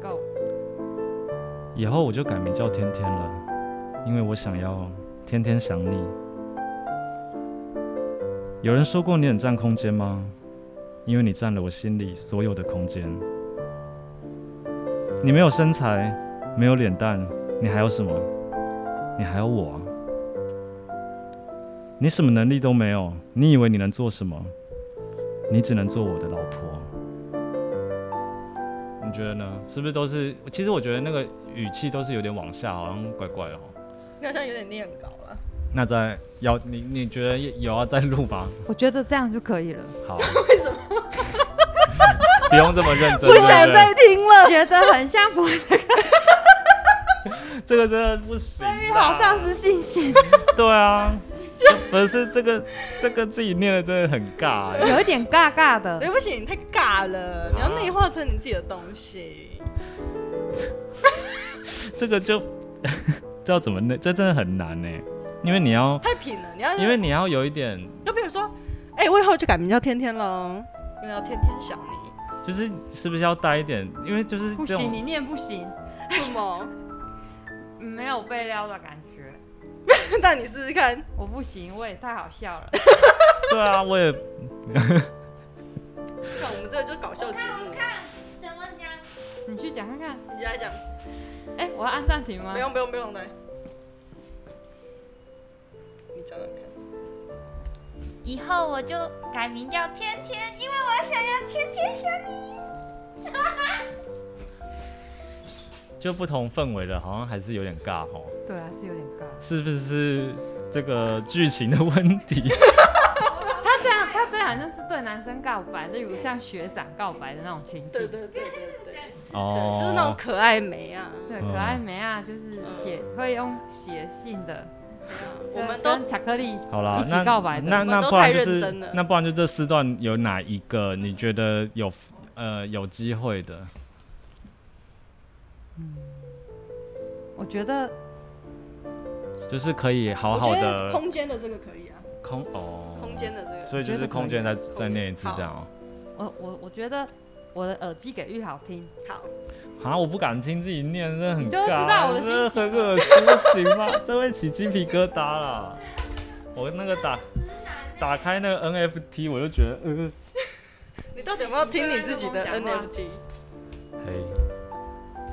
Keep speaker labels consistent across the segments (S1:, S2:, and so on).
S1: 告。
S2: 以后我就改名叫天天了，因为我想要天天想你。有人说过你很占空间吗？因为你占了我心里所有的空间。你没有身材，没有脸蛋，你还有什么？你还有我啊！你什么能力都没有，你以为你能做什么？你只能做我的老婆。你觉得呢？是不是都是？其实我觉得那个语气都是有点往下，好像怪怪的哦。
S3: 你好像有点念稿了。
S2: 那再要你，你觉得有要再录吗？
S1: 我觉得这样 就可以了，
S2: 好。为什么？不用这么认真。
S3: 不想
S2: 对对
S3: 再听了，
S1: 觉得很像不
S2: 这个真的不行
S1: 对于
S2: 啦。
S1: 好丧失信心，
S2: 对啊，就不是这个这个自己念的真的很尬、欸。
S1: 有一点尬尬的。
S3: 对不起，你太尬了，你要内化成你自己的东西。
S2: 这个就 知道怎么念，这真的很难呢、欸因为你要，
S3: 太平了，你要
S2: 因为你要有一点，
S3: 就比如说，哎、我以后就改名叫天天喽，因为要天天想你。
S2: 就是是不是要带一点？因为就是
S1: 不
S2: 这
S1: 行，
S2: 种
S1: 你念不行，
S3: 什 么？
S1: 没有被撩的感觉。
S3: 那你试试看，
S1: 我不行，我也太好笑 了。
S2: 对啊，我也
S3: 看我们这个就是搞笑节目，
S4: 怎么讲？
S1: 你去讲看看。
S3: 你就来讲，
S1: 哎、我要按暂停吗
S3: 不？用不用不用来，你讲讲看。
S2: 嗯
S4: 以后我就改名叫天天，因为我想要天天想你。
S2: 就不同氛围的，好像还是有点尬哦。
S1: 对啊，是有点尬。
S2: 是不是这个剧情的问 题？
S1: 他这样，他这样好像是对男生告白，例如像学长告白的那种情景。
S3: 对对对对对对，
S2: 哦，
S3: 就是那种可爱美啊，
S1: 对
S2: 嗯
S1: 可爱梅啊，就是写会用写信的，
S3: 我们都
S1: 跟巧克力
S2: 好啦
S1: 一，起
S2: 那
S1: 告白的
S2: 那
S3: 我们
S2: 那
S3: 都
S2: 不然就
S3: 太认
S2: 是
S3: 真了
S2: 那不然就这四段有哪一个你觉得有呃有机会的？
S1: 我觉得
S2: 就是可以好
S3: 我
S2: 好
S3: 觉得
S2: 的
S3: 空间的这个可以啊，
S2: 空哦，
S3: 空间的这个。
S2: 所以就是空间再
S3: 觉得可以
S2: 再念一次这样哦。
S1: 我我我觉得我的耳机给玉好听，
S3: 好，
S2: 啊，我不敢听自己念，真的很
S1: 你就会知
S2: 尬
S1: 道我的心
S2: 真
S1: 情
S2: 很恶心，不行吗？ 这会起鸡皮疙瘩啦。我那个打打开那个 NFT，我就觉得呃，
S3: 你到底有没有听你自己的
S1: 你就在那边跟我
S3: NFT？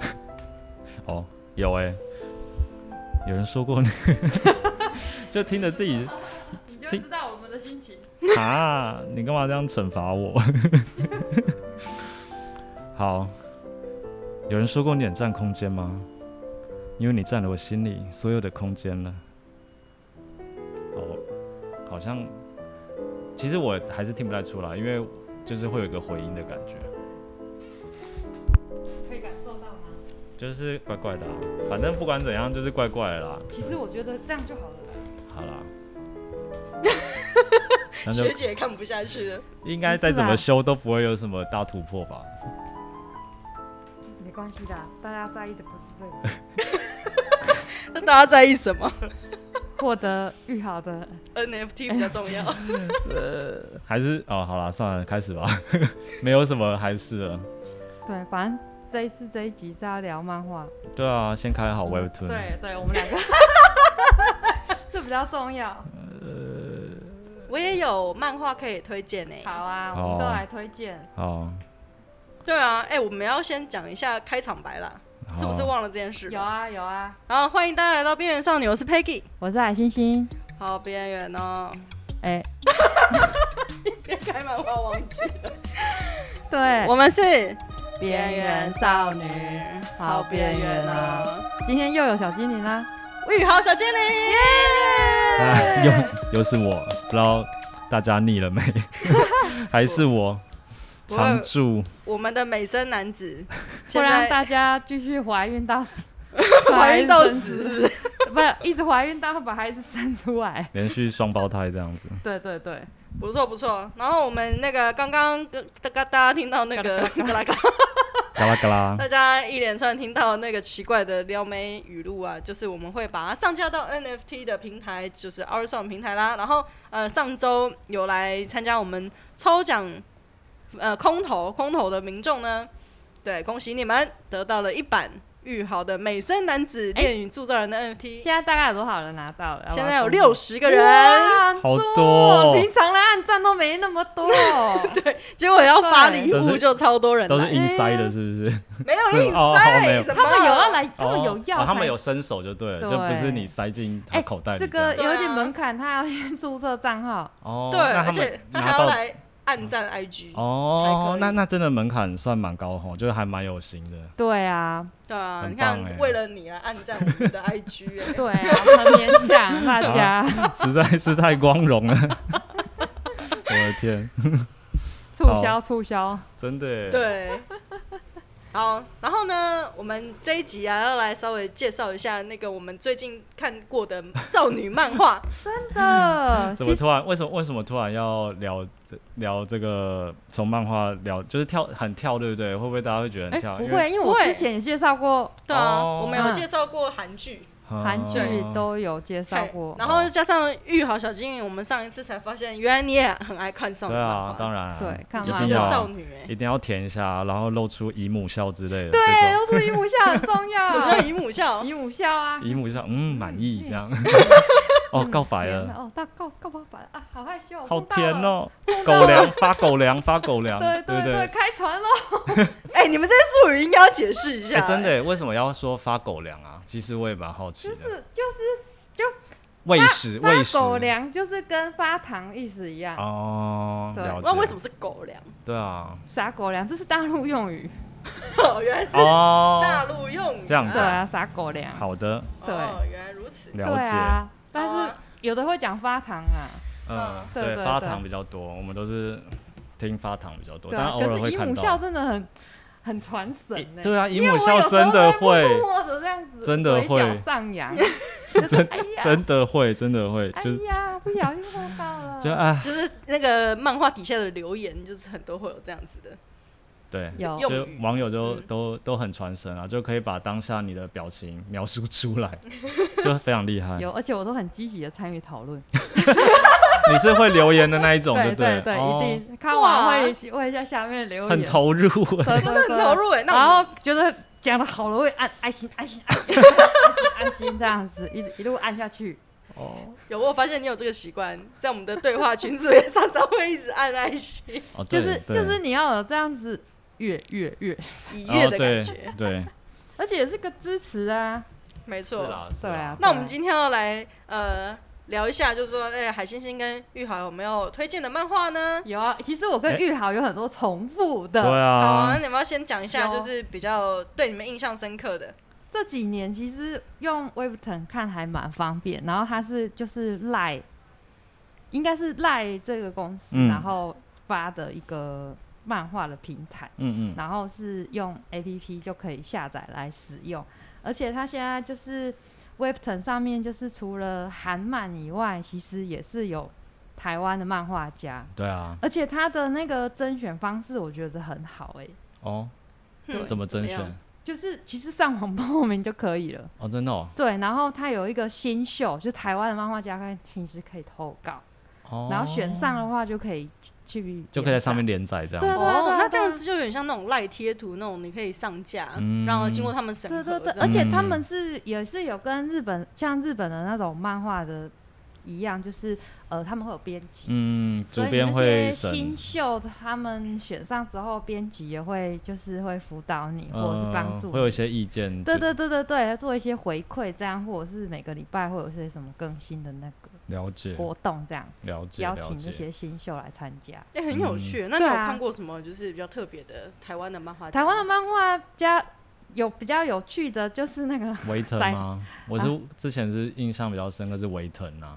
S2: 嘿， 哦，有哎、有人说过你， 就听着自己。
S1: 你就知道我们的心情。
S2: 啊！你干嘛这样惩罚我？ 好，有人说过你很占空间吗？因为你占了我心里所有的空间了。哦，好像，其实我还是听不太出来，因为就是会有一个回音的感觉，
S1: 可以感受到吗？
S2: 就是怪怪的、啊。反正不管怎样，就是怪怪的啦。
S1: 其实我觉得这样就好 了啦。
S2: 好啦，那就
S3: 学姐看不下去了，
S2: 应该再怎
S1: 是吧
S2: 么修都不会有什么大突破吧。
S1: 没关系的，大家在意的不是这个，
S3: 那大家在意什 么
S1: 获得玉好的
S3: ？NFT 比较重要。
S2: 还是哦，好啦，算了，开始吧， 没有什么还是了。
S1: 对，反正这一次这一集是要聊漫画。
S2: 对啊，先开好
S1: 嗯
S2: Webtoon。，
S1: 对对，我们两个，这比较重要。
S3: 我也有漫画可以推荐欸呢、
S1: 好啊，我们都来推荐。
S2: 好，
S3: 对啊，哎、我们要先讲一下开场白啦，
S2: 好
S3: 是不是忘了这件事？
S1: 有。啊有啊，
S3: 好，欢迎大家来到边缘少女，我是 Peggy。
S1: 我是海星星。
S3: 好，边缘哦，
S1: 哎、
S3: 别开漫画忘记了。
S1: 对，
S3: 我们是
S1: 边缘
S3: 少女，
S1: 好边缘
S3: 哦
S1: 啊！今天又有小精灵啦。
S3: 玉豪小精灵，
S2: 哎，
S3: 耶！
S2: 又又是我，不知道大家腻了没？还是我
S3: 我
S2: 常驻
S3: 我们的美声男 子，
S1: 会
S3: 现
S1: 让
S3: 在，
S1: 大家继续怀孕到 死
S3: 怀孕到
S1: 生
S3: 死，是不是？
S1: 不是一直怀孕到把孩子生出来。
S2: 连续双胞胎这样子。
S1: 对对对，
S3: 不错不错。然后我们那个刚刚跟大家大家听到那个嘎啦嘎啦，
S2: 嘎啦嘎啦，
S3: 大家一连串听到那个奇怪的撩妹语录啊，就是我们会把它上架到 NFT 的平台，就是 o u r s o n 平台啦。然后呃，上周有来参加我们抽奖呃空投空投的民众呢，对，恭喜你们得到了一版玉豪的美声男子
S1: 哎
S3: 恋与铸造人的 NFT，、
S1: 现在大概有多少人拿到了？
S3: 现在有六
S1: 十
S3: 十个人，
S2: 好多
S1: 我
S2: 哦
S1: 啊平常的暗赞都没那么 多。
S3: 结果要发
S1: 对
S3: 礼物就超多人
S2: 都是
S3: 来，
S2: inside 的，是不是？
S3: 没有意思。哎
S2: 哦，哦没有，
S3: 什么
S1: 他们有啊要来，他们
S2: 哦
S1: 有要
S2: 哦
S1: 才，
S2: 他们有伸手就对了，就不是
S1: 对
S2: 你塞进他
S1: 哎
S2: 口袋里
S1: 这
S2: 样
S1: 个
S3: 对啊
S1: 有点门槛，他要先注册账号。
S2: 哦，
S3: 对，
S2: 那
S3: 而
S2: 他
S3: 且
S2: 们
S3: 他
S2: 拿
S3: 还要
S2: 到
S3: 来暗赞 IG，才可
S2: 哦
S3: 以，
S2: 那那真的门槛算蛮高吼，就是还蛮有型的。
S1: 对啊，
S3: 对啊，
S2: 很
S3: 你看
S2: 棒哎
S3: 为了你来暗赞我们的 IG，哎
S1: 对啊，很勉强大家
S2: 实在 是太光荣了。 我的天，
S1: 促销促销。
S2: 真的耶，
S3: 对。好，然后呢，我们这一集啊，要来稍微介绍一下那个我们最近看过的少女漫 画。
S1: 真的，
S2: 怎么
S1: 其实
S2: 突然？为什么为什么突然要聊这聊这个从漫画聊，就是跳很跳，对不对？会不会大家会觉得
S1: 哎
S2: 很跳？
S1: 不
S2: 因
S1: 会，
S2: 为
S1: 因为我
S3: 不会
S1: 之前也介绍过
S3: 对啊，
S2: 哦
S3: 我们有
S1: 嗯
S3: 介绍过韩剧，
S1: 韩剧
S2: 哦，
S1: 都有介绍
S3: 嘿
S1: 过，
S3: 然后加上玉豪小精灵，我们上一次才发现，原来你也很爱看少女
S2: 对
S3: 漫
S2: 啊
S3: 画，，
S2: 当然啊
S1: 对看
S3: 就
S2: 一
S3: 是
S2: 定
S3: 一个
S1: 漫画
S3: 少
S2: 要
S3: 女哎、
S2: 一定要填一下，然后露出姨母笑之类的，
S1: 对，啊
S2: 这种
S1: 露出姨母笑很重
S3: 什么叫
S1: 要，
S3: 姨母笑？
S1: 姨母笑啊，
S2: 姨母笑，嗯，满意这样。 哦，告白
S1: 天哪
S2: 了，
S1: 哦，到告告爸爸了啊，好害羞，
S2: 好
S1: 碰到
S2: 甜
S1: 了，
S2: 哦，狗粮发狗粮发狗粮，
S1: 对
S2: 对
S1: 对
S2: 不
S1: 对，
S2: 对？
S1: 开船喽，
S3: 哎、你们这些术语应该要解释一下、
S2: 哎，真的耶，为什么要说发狗粮啊？其实我也蛮好奇
S1: 就
S2: 的。
S1: 是就是
S2: 喂食喂食
S1: 发狗粮，就是跟发糖意思一样，
S2: 哦，
S1: 对
S2: 了解
S3: 那为什么？是狗粮？
S2: 对啊，
S1: 撒狗粮，这是大陆用语，
S3: 哦，原来是
S2: 哦，
S3: 大陆用语、
S2: 这样子
S1: 对啊，撒狗粮，
S2: 好的，
S3: 哦，原来如此。
S1: 对
S2: 了解，
S1: 啊，但是有的会讲发糖啊，
S2: 嗯，
S1: 对
S2: 对，
S1: 对
S2: 发
S1: 对
S2: 糖比较多，我们都是听发糖比较多，
S1: 对
S2: 但
S1: 啊，
S2: 哦偶
S1: 可
S2: 尔
S1: 是
S2: 会
S1: 姨
S2: 看
S1: 母笑
S2: 到。
S1: 真的很很传神欸
S2: 诶
S1: 呢，
S2: 对啊，姨
S1: 因为
S2: 母
S1: 我有时
S2: 笑
S1: 候
S2: 真的会，
S1: 默默的这样子，
S2: 真的会
S1: 嘴角上 扬，就是哎呀，
S2: 真的会，真的会，
S1: 哎
S2: 就是
S1: 呀，不小心碰到了，
S2: 就啊，
S3: 就是那个漫画底下的留言，就是很多会有这样子的。
S2: 对，
S1: 有
S3: 用
S2: 就
S3: 语
S2: 网友就
S3: 嗯
S2: 都都很传神啊，就可以把当下你的表情描述 出来，就非常厉害。
S1: 有，而且我都很积极的参与讨论，
S2: 你是会留言的那一种，
S1: 对
S2: 对
S1: 对，
S2: 哦
S1: 一定看完会问一下下面留言，
S2: 很投 入欸，
S1: 对，
S3: 真
S1: 真
S3: 的很投，入哎、那
S1: 然
S3: 我们
S1: 后觉得讲的好了会按爱心爱心爱心爱心爱心这样子，一直一路按下去，
S2: 哦
S3: 有我有发现你有这个习惯，在我们的对话群组也常常会一直按爱心，
S2: 哦，
S1: 就
S2: 对
S1: 是
S2: 对
S1: 就是你要有这样子越越越，
S3: 喜
S2: 哦
S3: 悦的
S2: 对
S3: 感觉。
S2: 对，
S1: 而且也是个支持啊，
S3: 没错。，
S1: 对啊，
S3: 那我们今天要来呃聊一下，就是说，哎、海星星跟玉豪有没有推荐的漫画呢？
S1: 有啊，其实我跟
S2: 哎
S1: 玉豪有很多重复
S2: 对
S1: 的。
S3: 好、啊，那
S2: 啊，
S3: 你们要先讲一下，
S1: 有
S3: 就是比较对你们印象深刻的。
S1: 这几年其实用 Webton 看还蛮方便，然后它是就是赖，应该是赖这个公司，
S2: 嗯
S1: 然后发的一个漫画的平台，
S2: 嗯嗯，
S1: 然后是用 APP 就可以下载来使用，而且它现在就是 Webton 上面就是除了韩漫以外，其实也是有台湾的漫画家。
S2: 对啊，
S1: 而且它的那个甄选方式，我觉得很好哎、
S2: 哦，
S3: 嗯
S2: 怎么甄
S3: 怎么
S2: 选
S3: 样？
S1: 就是其实上网 报名就可以了。
S2: 哦，真的哦，
S1: 对，然后他有一个新秀，就台湾的漫画家，他其实可以投稿，
S2: 哦
S1: 然后选上的话就可以去
S2: 就可以在上面
S1: 演
S2: 连载这
S1: 对啊
S2: 样子，
S1: 对啊对
S3: 哦
S1: 啊，
S3: 那这样子就有点像那种赖贴图那种，你可以上架，
S2: 嗯
S3: 然后经过他们审
S1: 讲。
S3: 核。
S1: 对对
S3: 这
S1: 对，
S3: 样
S1: 而且他
S2: 嗯
S1: 们是也是有跟日本像日本的那种漫画的一样，就是呃他们会有编辑，
S2: 嗯，主
S1: 所以
S2: 编
S1: 那些
S2: 会审，
S1: 新秀他们选上之后，编辑也会就是会辅导你，或者是帮
S2: 嗯
S1: 助
S2: 会有一
S1: 你。
S2: 些意见，
S1: 对对对对对，做一些回馈，这样或者是每个礼拜会有一些什么更新的那个
S2: 了解
S1: 活动，这样
S2: 了解
S1: 邀
S2: 了
S1: 请这
S2: 解。
S1: 些新秀来参加。
S3: 哎、很
S2: 嗯
S3: 有趣。那你
S1: 对
S3: 有
S1: 啊
S3: 看过什么就是比较特别的台湾的漫画家？
S1: 台湾的漫画家有比较有趣的，就是那个
S2: 维腾
S1: 在啊
S2: 吗？我是之前是印象比较深刻是维腾啊，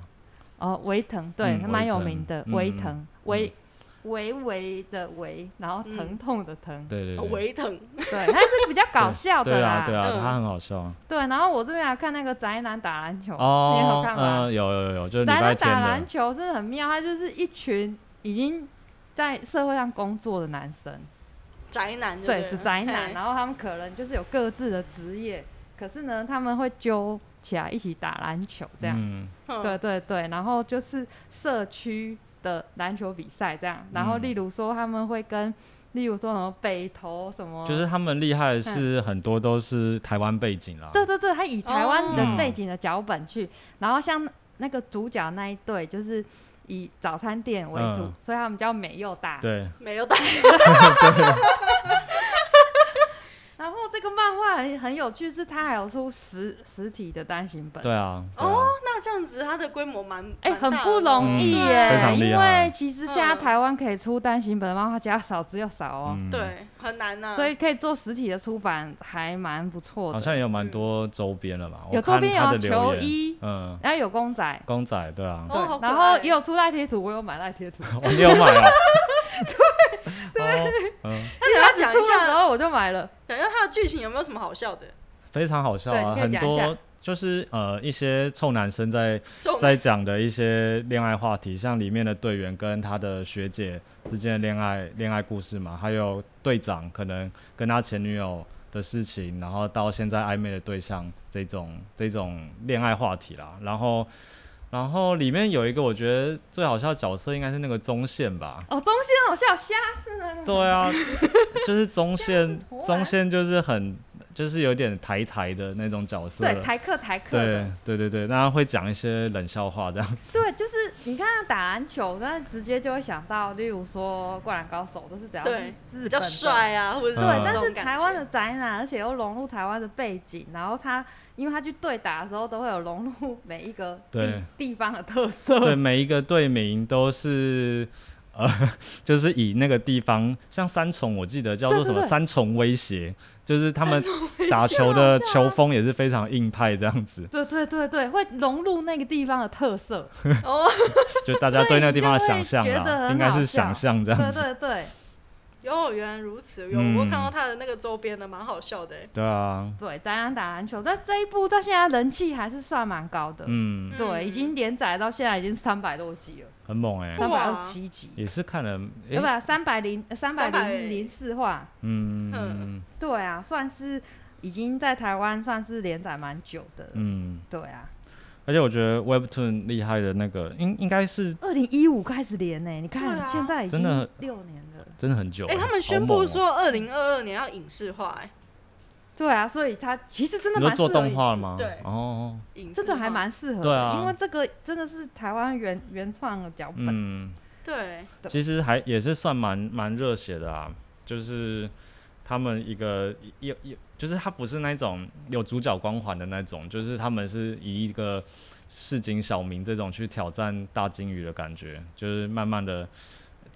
S1: 哦维腾，对，
S2: 嗯
S1: 他蛮有
S2: 维腾
S1: 名的
S2: 嗯
S1: 维
S2: 嗯
S1: 腾，维维维的维，然后
S3: 嗯
S1: 疼痛的疼，
S2: 对对
S3: 哦
S2: 对，
S3: 维腾，
S1: 对，他是比较搞笑
S2: 对
S1: 的
S2: 啦对啊，
S3: 嗯
S2: 他很好笑
S1: 对，然后我这边还看那个宅男打篮球，你也有
S2: 哦，
S1: 看吗？
S2: 嗯，有有有，就是礼
S1: 宅
S2: 拜
S1: 男打
S2: 天
S1: 篮
S2: 的，
S1: 球真的很妙，他就是一群已经。在社会上工作的男生，
S3: 宅男就
S1: 对，
S3: 对
S1: 只
S3: 了，
S1: 宅男，啊
S3: 嘿
S1: 然后他们可能就是有各自的职业，可是呢，他们会揪起来一起打篮球这样。
S2: 嗯，
S3: 嗯
S1: 对对对，然后就是社区的篮球比赛这样，然后
S2: 嗯
S1: 例如说他们会跟例如说什么北投什么，
S2: 就是他们厉害的是很多都是台湾背景啦，
S1: 对对对，他以台湾
S2: 哦
S1: 的背景的脚本去，然后像那个主角那一对就是以早餐店为主，
S2: 嗯
S1: 所以他们叫美又大。
S2: 对，啊
S3: 没有打
S1: 然后这个漫画很很有趣，是它还有出实实体的单行本。
S2: 对啊，对啊
S3: 哦，那这样子它的规模蛮
S1: 哎、
S3: 蛮
S1: 很
S3: 大嗯
S1: 不
S3: 的
S1: 容易
S2: 嗯
S1: 耶
S2: 非，常厉
S1: 因
S2: 害
S1: 为其实现在台湾可以出单行本的漫画家少之又少哦，
S2: 嗯，
S3: 对，很难啊呐、
S1: 所以可以做实体的出版还蛮不错
S2: 好
S1: 的。
S2: 像也有蛮多周边了吧？我
S1: 有周
S2: 看
S1: 边有
S2: 他
S1: 啊
S2: 的留
S1: 球
S2: 言，
S1: 衣，
S2: 嗯，
S1: 然后有公仔，
S2: 公仔，对啊，
S3: 哦好可
S1: 然后
S3: 爱
S1: 也有出赖贴图，我有买赖贴图。
S2: 哦，你有买 啊？对，嗯，
S3: 那你要讲
S1: 出
S3: 一
S1: 的时
S3: 下，
S1: 候我就买了。
S3: 讲一下它的剧情有没有什么好笑的？
S2: 非常好笑
S1: 对
S2: 啊，
S1: 你可以
S2: 很
S1: 讲一
S2: 多
S1: 下
S2: 就是呃一些臭男生在
S3: 重
S2: 在讲的一些恋爱话题，像里面的队员跟他的学姐之间的恋爱恋爱故事嘛，还有队长可能跟他前女友的事情，然后到现在暧昧的对象这种这种恋爱话题啦。然后，然后里面有一个我觉得最好笑的角色应该是那个宗宪吧，
S1: 哦，中线好像有虾是呢。
S2: 对 啊，就是宗宪
S1: 头，啊
S2: 宗宪就是很就是有点台台的那种角色，
S1: 对，台客台客
S2: 对
S1: 的，
S2: 对对对，那会讲一些冷笑话这样子。
S1: 对，就是你看他打篮球，那直接就会想到，例如说《灌篮高手》，都是比较
S3: 对
S1: 日
S3: 比
S1: 本
S3: 较
S1: 的。
S3: 帅啊，或者
S1: 对
S2: 嗯，
S1: 但
S3: 这
S1: 是
S3: 种感
S1: 台
S3: 觉
S1: 湾的宅男，而且又融入台湾的背景，然后他因为他去对打的时候，都会有融入每一个
S2: 对
S1: 地地方的特色。
S2: 对，每一个队名都是呃， 就是以那个地方，像三重，我记得叫做
S1: 对对
S2: 什么
S1: 对
S2: 三重威胁，就是他们打
S1: 好
S2: 球的
S1: 笑，
S2: 球风也是非常硬派这样子
S1: 对对对对，会融入那个地方的特色。
S3: 哦，
S2: 就大家对那个地方的想象
S1: 所以你就会觉得
S2: 啦，
S1: 很
S2: 应该
S1: 好
S2: 是
S1: 笑
S2: 想象这样
S1: 对
S2: 子。
S1: 对对
S3: 哟，原来如此，有
S2: 嗯
S3: 我看到他的那个周边的，蛮好笑的欸。
S2: 对啊，
S1: 对，宅男打篮球，但这一部到现在人气还是算蛮高的。
S2: 嗯，
S1: 对，已经连载到现在已经三百多集了，
S2: 很猛哎、
S1: 三百
S3: 哇
S1: 二十七集，
S2: 也是看了，哎、
S1: 对吧？三百零三百零零四话，
S2: 嗯
S3: 嗯
S1: 对啊，算是已经在台湾算是连载蛮久的，
S2: 嗯，
S1: 对啊，
S2: 而且我觉得 Webtoon 厉害的那个，应应该是
S1: 二零一五开始连呢、你
S3: 对
S1: 看、
S3: 啊
S1: 现在已
S2: 真
S1: 经
S2: 的
S1: 六年了，
S2: 真的很久、
S3: 哎、
S2: 欸
S3: 他们宣布，说二零二二年要影视化、哎，
S1: 对啊，所以他其实真
S2: 好
S1: 的
S2: 猛哦你
S1: 蛮
S2: 说
S1: 适合
S2: 做动画
S1: 影
S2: 了吗？
S3: 对
S2: 哦，
S3: 影
S1: 视，
S3: 视
S1: 真的还
S3: 化
S1: 蛮适合的，
S2: 对啊
S1: 因为这个真的是台湾原原创的脚本，
S2: 嗯，
S3: 对，
S1: 对
S2: 其实还也是算蛮蛮热血的啊，就是他们一个有有，就是他不是那种有主角光环的那种，就是他们是以一个市井小民这种去挑战大金鱼的感觉，就是慢慢的。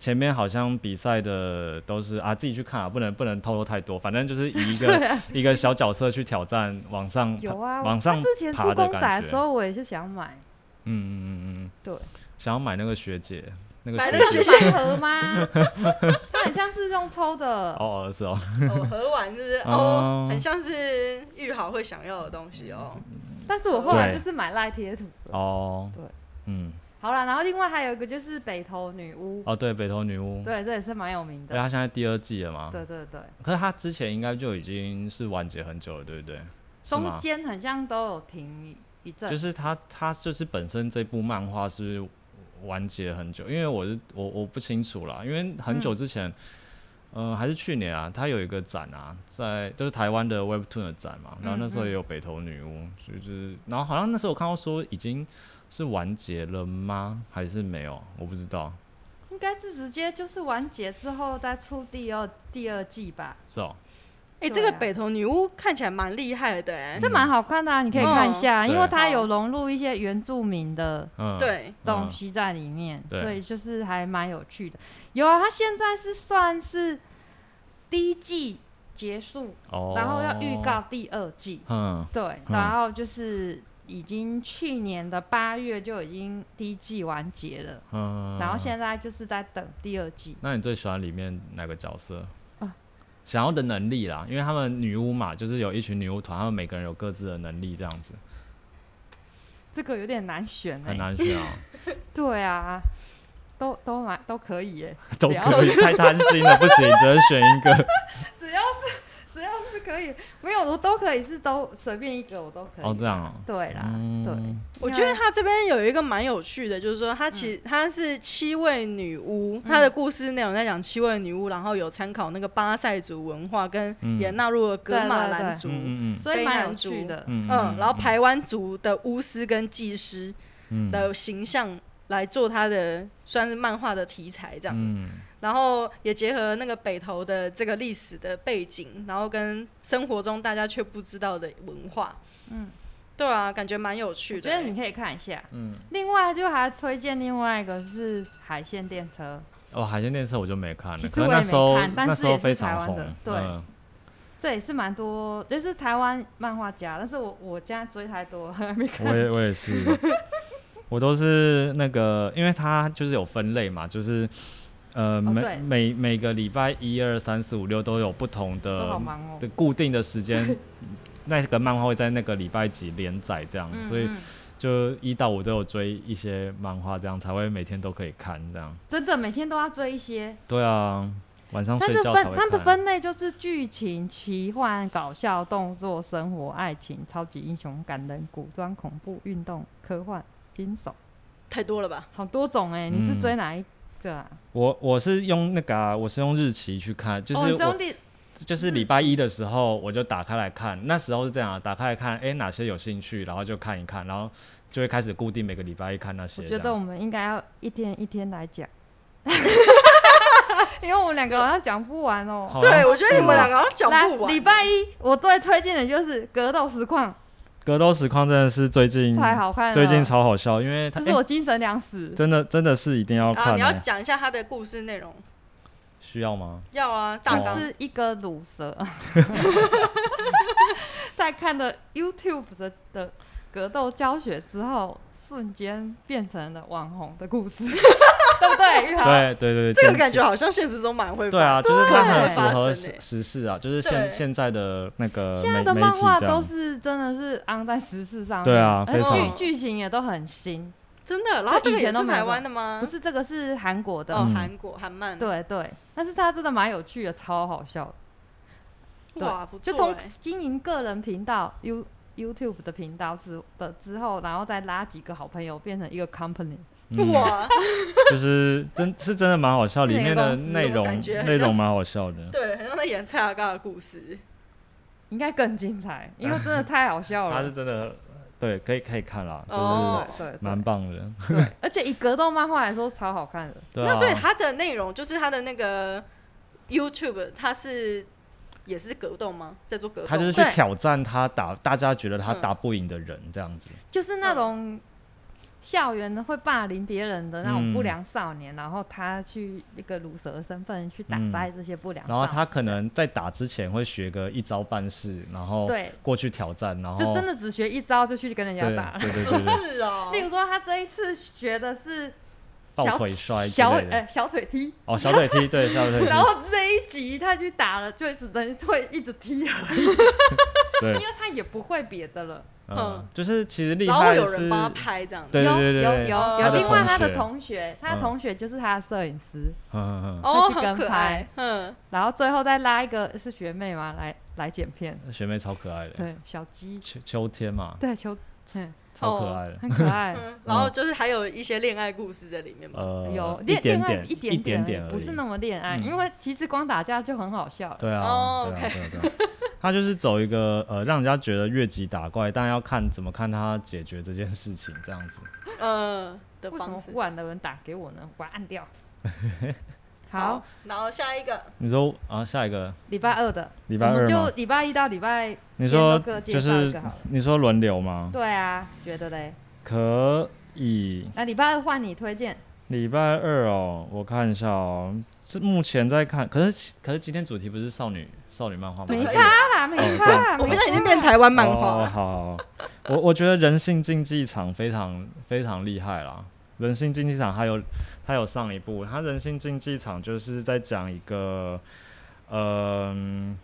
S2: 前面好像比赛的都是啊，自己去看啊，不能不能透露太多。反正就是以一个 一个小角色去挑战往上爬，
S1: 有啊，
S2: 往上
S1: 他之前
S2: 爬
S1: 出
S2: 的
S1: 公
S2: 感
S1: 仔
S2: 觉
S1: 的时候，我也是想买，
S2: 嗯嗯嗯嗯嗯，
S1: 对。
S2: 想要买那个学姐，那个
S3: 买
S2: 学
S3: 那个
S2: 姐
S3: 学
S1: 盲盒 吗？它很像是用抽的，
S2: 哦哦是哦，
S3: 哦，合玩是不是？
S2: 哦
S3: 哦，很像是玉豪会想要的东西哦。
S1: 嗯但是我后来
S2: 对
S1: 就是买赖贴图。
S2: 哦，
S1: 对，
S2: 嗯，
S1: 好了，然后另外还有一个就是北投女巫，
S2: 哦，对，北投女巫，
S1: 对，这也是蛮有名
S2: 而且
S1: 的。
S2: 它现在第二季了嘛，
S1: 对对对，
S2: 可是它之前应该就已经是完结很久了，对不对？是
S1: 中
S2: 吗？
S1: 间很像都有停一阵，
S2: 就是它，它就是本身这部漫画是完结很久，因为我是我我不清楚啦，因为很久之前，嗯、呃，还是去年啊，它有一个展啊，在就是台湾的 Webtoon 的展嘛，然后
S1: 嗯
S2: 那时候也有北投女巫，所以就是，然后好像那时候我看到说已经是完结了吗？还是没有？我不知道，
S1: 应该是直接就是完结之后再出第二第二季吧，
S2: 是哦，
S3: 哎、
S1: 对啊
S3: 这个北投女巫看起来蛮厉害的、哎、
S1: 这蛮好看的啊，你可以看一下，
S2: 嗯
S1: 因为它有融入一些原住民的
S2: 嗯，
S3: 对，
S1: 东
S2: 嗯
S1: 西在里面，
S2: 对
S1: 所以就是还蛮有趣的。有啊，它现在是算是第一季结束，
S2: 哦，
S1: 然后要预告，第二季，
S2: 嗯，
S1: 对，
S2: 嗯
S1: 然后就是已经去年的八月就已经第一季完结了，
S2: 嗯，
S1: 然后现在就是在等第二季。
S2: 那你最喜欢里面哪个角色
S1: 啊？
S2: 想要的能力啦，因为他们女巫嘛，就是有一群女巫团，他们每个人有各自的能力，这样子
S1: 这个有点难选哎、
S2: 很难选 啊，
S1: 对啊，都都蛮都可以耶、
S2: 都
S1: 只要
S2: 可以，太贪心了，不行，只能选一个。
S1: 只要是只要是可以，没有我都可以，是都随便一个我都可以。
S2: 哦这样哦
S1: 对啦，对，
S2: 嗯，
S3: 我觉得他这边有一个蛮有趣的，就是说他
S1: 嗯
S3: 其实他是七位女巫，他的故事内容在讲七位女巫，然后有参考那个巴塞族文化，跟
S2: 嗯
S3: 也纳入了格马兰
S1: 对
S3: 族，
S2: 嗯嗯
S1: 所以
S3: 非
S1: 蛮
S3: 常
S1: 有趣
S3: 足
S1: 的。
S2: 嗯
S3: 嗯，然后排湾族的巫师跟祭师
S2: 嗯
S3: 的形象来做他的算是漫画的题材这样，
S2: 嗯
S3: 然后也结合那个北投的这个历史的背景，然后跟生活中大家却不知道的文化，
S1: 嗯，
S3: 对啊，感觉蛮有趣
S1: 我觉
S3: 的欸、
S1: 得你可以看一下。
S2: 嗯，
S1: 另外就还推荐另外一个是海鲜电车，
S2: 哦，海鲜电视我就没看了，
S1: 其
S2: 可
S1: 实
S2: 是
S1: 我
S2: 那
S1: 也没
S2: 时候
S1: 看但
S2: 那
S1: 是
S2: 时候
S1: 也是
S2: 非
S1: 台
S2: 常
S1: 湾
S2: 红
S1: 的，对
S2: 嗯
S1: 这也是蛮多，就是台湾漫画家，但是我我现在追太多了， 还没看。
S2: 我也我也是，我都是那个，因为它就是有分类嘛，就是呃、
S1: 哦对
S2: 每每每个礼拜一二三四五六都有不同
S1: 都
S2: 的
S1: 好忙哦
S2: 的固定的时间， 那个漫画会在那个礼拜几连载这样，
S1: 嗯
S2: 所以
S1: 嗯
S2: 就一到五都有追一些漫画，这样才会每天都可以看这样。
S1: 真的每天都要追一些，
S2: 对啊，晚上
S1: 但
S2: 睡
S1: 是
S2: 觉才
S1: 分
S2: 会
S1: 它
S2: 看。
S1: 的分类就是剧情、奇幻、搞笑、动作、生活、爱情、超级英雄、感人、古装、恐怖、运动、科幻、惊悚，
S3: 太多了吧？
S1: 好多种哎、你是
S2: 嗯
S1: 追哪一个啊？
S2: 我我是用那个、啊，我是用日期去看，就
S1: 哦，
S2: 是
S1: 你
S2: 我
S1: 兄弟
S2: 就是礼拜一的时候，我就打开来看。那时候是这样、啊，打开来看，哎、哪些有兴趣，然后就看一看，然后就会开始固定每个礼拜一看那些
S1: 我
S2: 这
S1: 觉
S2: 样。
S1: 得我们应该要一天一天来 讲，因为我们两个好像讲不完哦、
S2: 好
S3: 对，
S2: 像
S3: 我觉得你们
S2: 是
S3: 两个好像讲不
S1: 来
S3: 完。
S1: 礼拜一我最推荐的就是《格斗实况
S2: 格斗实况真的是最近》，
S1: 太好看了，
S2: 嗯最近超哎好笑，因为它、
S1: 这
S2: 诶
S1: 是我精神粮食。
S2: 真的真的是一定要
S3: 啊，
S2: 看、
S3: 你要
S2: 欸，
S3: 讲一下他的故事内容。
S2: 需要吗？
S3: 要啊，大
S1: 就
S3: 纲。
S1: 是一个乳 蛇，在看了 YouTube 的的格斗教学之后，瞬间变成了网红的故 事，对不对？玉豪，
S2: 对对对，
S3: 这
S2: 真
S3: 个感觉好像现实中蛮会
S2: 对啊，
S3: 发生
S2: 就是它很
S3: 对
S2: 符合
S3: 发
S2: 时
S3: 生欸
S2: 时事啊，就是
S3: 对
S2: 现现在的那个
S1: 现在
S2: 呃媒
S1: 的
S2: 媒
S1: 漫
S2: 体
S1: 画
S2: 这
S1: 都
S2: 样。
S1: 是真的是安在时事上面，
S2: 对啊
S1: 而剧
S2: 非常
S1: 剧情也都很新，
S3: 真的。然后这个
S1: 以前
S3: 也
S1: 都
S3: 是
S1: 没有
S3: 台湾的吗？
S1: 不，是这个是韩国的，
S3: 哦
S2: 嗯，
S3: 韩国韩漫。，
S1: 对对，但是它真的蛮有趣的，超好笑的。对
S3: 哇，不
S1: 就
S3: 错
S1: 从
S3: 欸。
S1: 经营个人频道 You YouTube 的频道之的之后，然后再拉几个好朋友变成一个 company，
S2: 嗯
S3: 哇，
S2: 就是真是真的蛮好 笑，里面的内容
S3: 那个公司怎么感觉
S2: 内容蛮好笑的。
S3: 对，很像在演蔡阿嘎的故事。
S1: 应该更精彩，因为真的太好笑
S2: 他是
S1: 了。
S2: 真的，呃对，可以可以看啦，
S3: 哦
S2: 就
S1: 对
S2: 是蛮
S1: 对
S2: 棒的。
S1: 对，而且以格斗漫画来说，超好看的。
S2: 对
S3: 那所以
S2: 啊，
S3: 他的内容就是他的那个 YouTube，他是也是格斗吗？在做格斗吗？
S2: 他就是去
S1: 对
S2: 挑战他打大家觉得他
S3: 嗯
S2: 打不赢的人这样子。
S1: 就是那
S2: 嗯
S1: 种校园的会霸凌别人的那种不良少年，然后他去一个乳蛇的身份去打
S2: 嗯
S1: 败这些不良少
S2: 然
S1: 年，
S2: 后他可能在打之前会学个一招半式，然后
S1: 对
S2: 过去挑战，然后
S1: 就真的只学一招就去跟人家
S2: 对
S1: 打了。
S2: 对对对 哦对，
S3: 是哦
S1: 例。如说，他这一次学的是
S2: 抱
S1: 小
S2: 腿摔之
S1: 小
S2: 类
S1: 腿
S2: 的
S1: 哎、小腿踢，
S2: 哦，小腿踢， 对小 腿踢，
S1: 然后这一集他去打了，就只能会一直踢 而已，
S2: 对
S1: 因，为他也不会别的了。
S2: 嗯
S3: 嗯，
S2: 就是其实厉
S3: 然后会
S2: 害
S3: 有
S2: 的
S3: 人
S2: 是，
S3: 帮他拍这样。
S2: 对
S1: 有
S2: 对对
S1: 有
S2: 对，
S1: 有
S3: 他
S1: 有，
S3: 的
S1: 另外
S2: 同
S1: 他的
S2: 学
S1: 同学，他的
S2: 嗯
S1: 同学就是他的摄影师，
S2: 嗯嗯
S3: 哦，
S1: 他去
S3: 很
S1: 跟
S3: 可爱
S1: 拍。
S3: 嗯，
S1: 然后最后再拉一个是学妹嘛，来来剪片，
S2: 嗯，学妹超可爱的，
S1: 对，小鸡，
S2: 秋秋天嘛，
S1: 对，球，嗯，
S2: 超可
S3: 哦
S2: 爱的。
S1: 很可 爱。
S3: 嗯然后就是还有一些恋爱故事在里面嘛。
S2: 呃，
S1: 有
S2: 一
S1: 恋
S2: 点
S1: 恋爱
S2: 一点
S1: 点
S2: 点
S1: 而
S2: 而
S1: 已
S2: 已，
S1: 不是那么恋爱，
S2: 嗯
S1: 因为其实光打架就很好笑了。
S2: 对啊，
S3: 哦
S2: 对啊，对啊， 对啊。他就是走一个呃，让人家觉得越级打怪，但要看怎么看他解决这件事情这样子。
S3: 嗯的
S1: 为什么
S3: 方式。
S1: 忽然的人打给我呢？我把它按 掉。好
S3: 好，，然后下一个
S2: 你说啊，下一个
S1: 礼拜二的，
S2: 礼拜二
S1: 我们就
S2: 吗
S1: 礼拜一到礼拜，
S2: 你说
S1: 先各介
S2: 就
S1: 绍一
S2: 是
S1: 个好了。
S2: 你说轮流吗？
S1: 对啊，觉得嘞，
S2: 可以，
S1: 那礼拜二换你推荐。
S2: 礼拜二哦，我看一下哦，这目前在看，可是可是今天主题不是少女少女漫画吗？
S1: 没
S2: 还是
S1: 差啦，没
S2: 哦
S1: 差啦，
S2: 这样
S3: 我
S1: 没
S3: 们
S1: 差
S3: 现在已经变台湾漫画
S2: 哦、
S3: 了。
S2: 好好好我我觉得人性竞技场非常非常厉害啦。人性竞技场还有它有上一部，它人性竞技场就是在讲一个，嗯、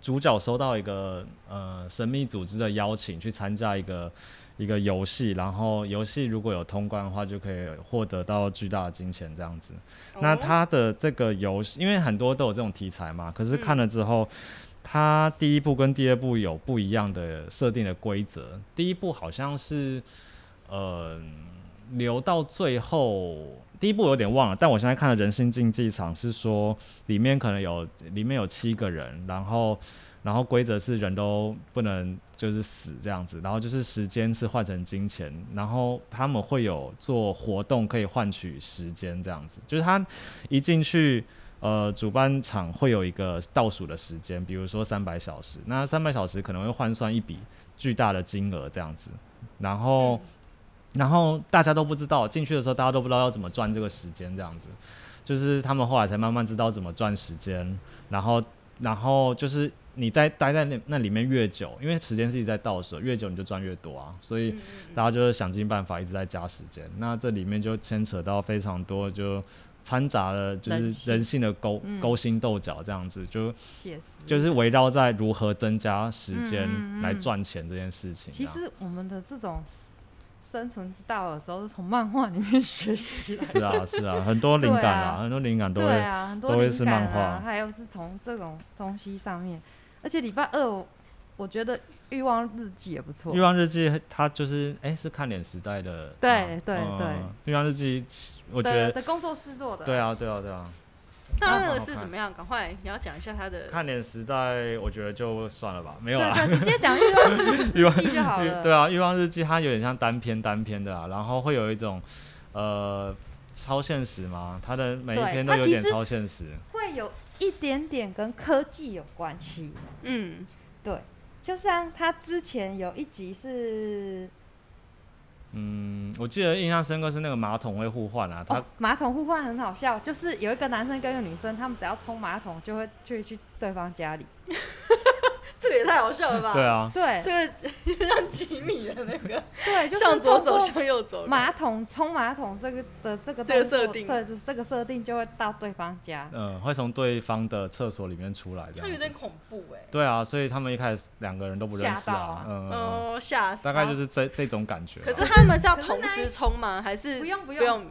S2: 主角收到一个呃神秘组织的邀请去参加一个一个游戏，然后游戏如果有通关的话，就可以获得到巨大的金钱这样子。那
S3: 哦
S2: 它的这个游戏，因为很多都有这种题材嘛，可是看了之后，它第一部跟第二部有不一样的设定的规则。第一部好像是，呃，留到最后，第一部有点忘了，但我现在看的《人性竞技场》是说里面可能有里面有七个人，然后然后规则是人都不能就是死这样子，然后就是时间是换成金钱，然后他们会有做活动可以换取时间这样子，就是他一进去。呃，主办场会有一个倒数的时间，比如说三百小时，那三百小时可能会换算一笔巨大的金额这样子，然后，然后大家都不知道进去的时候，大家都不知道要怎么赚这个时间这样子，就是他们后来才慢慢知道怎么赚时间，然后，然后就是你在待在那那里面越久，因为时间是一直在倒数，越久你就赚越多啊，所以大家就是想尽办法一直在加时间，那这里面就牵扯到非常多就。掺杂了就是人性的勾
S1: 嗯
S2: 勾心斗角这样子，就
S1: 写实
S2: 就是围绕在如何增加时
S1: 嗯嗯
S2: 间
S1: 嗯
S2: 来赚钱这件事情啊这
S1: 其
S2: 样。
S1: 实我们的这种生存之道，有时候是从漫画里面学习来的。
S2: 是啊是啊，很多灵感
S1: 对
S2: 啊，
S1: 啊
S2: 很多灵感都
S1: 对
S2: 会
S1: 啊，很
S2: 都
S1: 多
S2: 会
S1: 灵
S2: 是
S1: 感
S2: 漫
S1: 啊
S2: 画，
S1: 还有是从这种东西上面。而且礼拜二我，我觉得《欲望日记》也不错
S2: 欲。望日记它就是哎是看脸时代的吗，
S1: 对对
S2: 嗯
S1: 对
S2: 欲望日记我觉
S1: 的
S2: 得
S1: 的工作室做的。
S2: 对啊对啊对啊，
S3: 他那
S2: 好
S3: 个
S2: 好
S3: 是
S2: 看
S3: 怎么样？赶快你要讲一下他的。
S2: 看脸时代我觉得就算了吧，没有啦，
S1: 对对，直接讲《欲望 日
S2: 欲望
S1: 记》就好
S2: 欲
S1: 了。
S2: 对啊，《欲望日记》它有点像单篇单篇的啊，然后会有一种呃超现实嘛，它的每一
S1: 对
S2: 篇都
S1: 它
S2: 有
S1: 其
S2: 点
S1: 实
S2: 超现实。
S1: 会有一点点跟科技有关系。
S3: 嗯，
S1: 对，就像他之前有一集是
S2: 嗯，我记得印象深刻是那个马桶会互换啊，它、
S1: 哦，马桶互换很好笑，就是有一个男生跟一个女生，他们只要冲马桶就会去去对方家里。
S3: 这个也太好笑了吧？
S2: 对，啊，
S1: 对
S3: 这个 像吉米的那个，
S1: 对，就是
S3: 向左
S1: 透
S3: 走，
S1: 过
S3: 向右走。
S1: 马桶冲马桶这个的这个
S3: 这个
S1: 动作
S3: 设定
S1: 对这个设定就会到对方家。
S2: 嗯、会从对方的厕所里面出来这
S3: 这
S2: 样
S3: 有
S2: 子
S3: 点。恐怖哎。
S2: 对啊，所以他们一开始两个人都不认识
S1: 吓到
S2: 啊
S1: 啊，
S2: 嗯、嗯
S3: 哦，吓死！
S2: 大概就是这这种感觉啊、
S3: 可是他们是要
S1: 可是
S3: 同
S1: 那
S3: 时
S1: 一
S3: 冲吗？还是
S1: 不用不
S3: 不
S1: 用
S3: 用，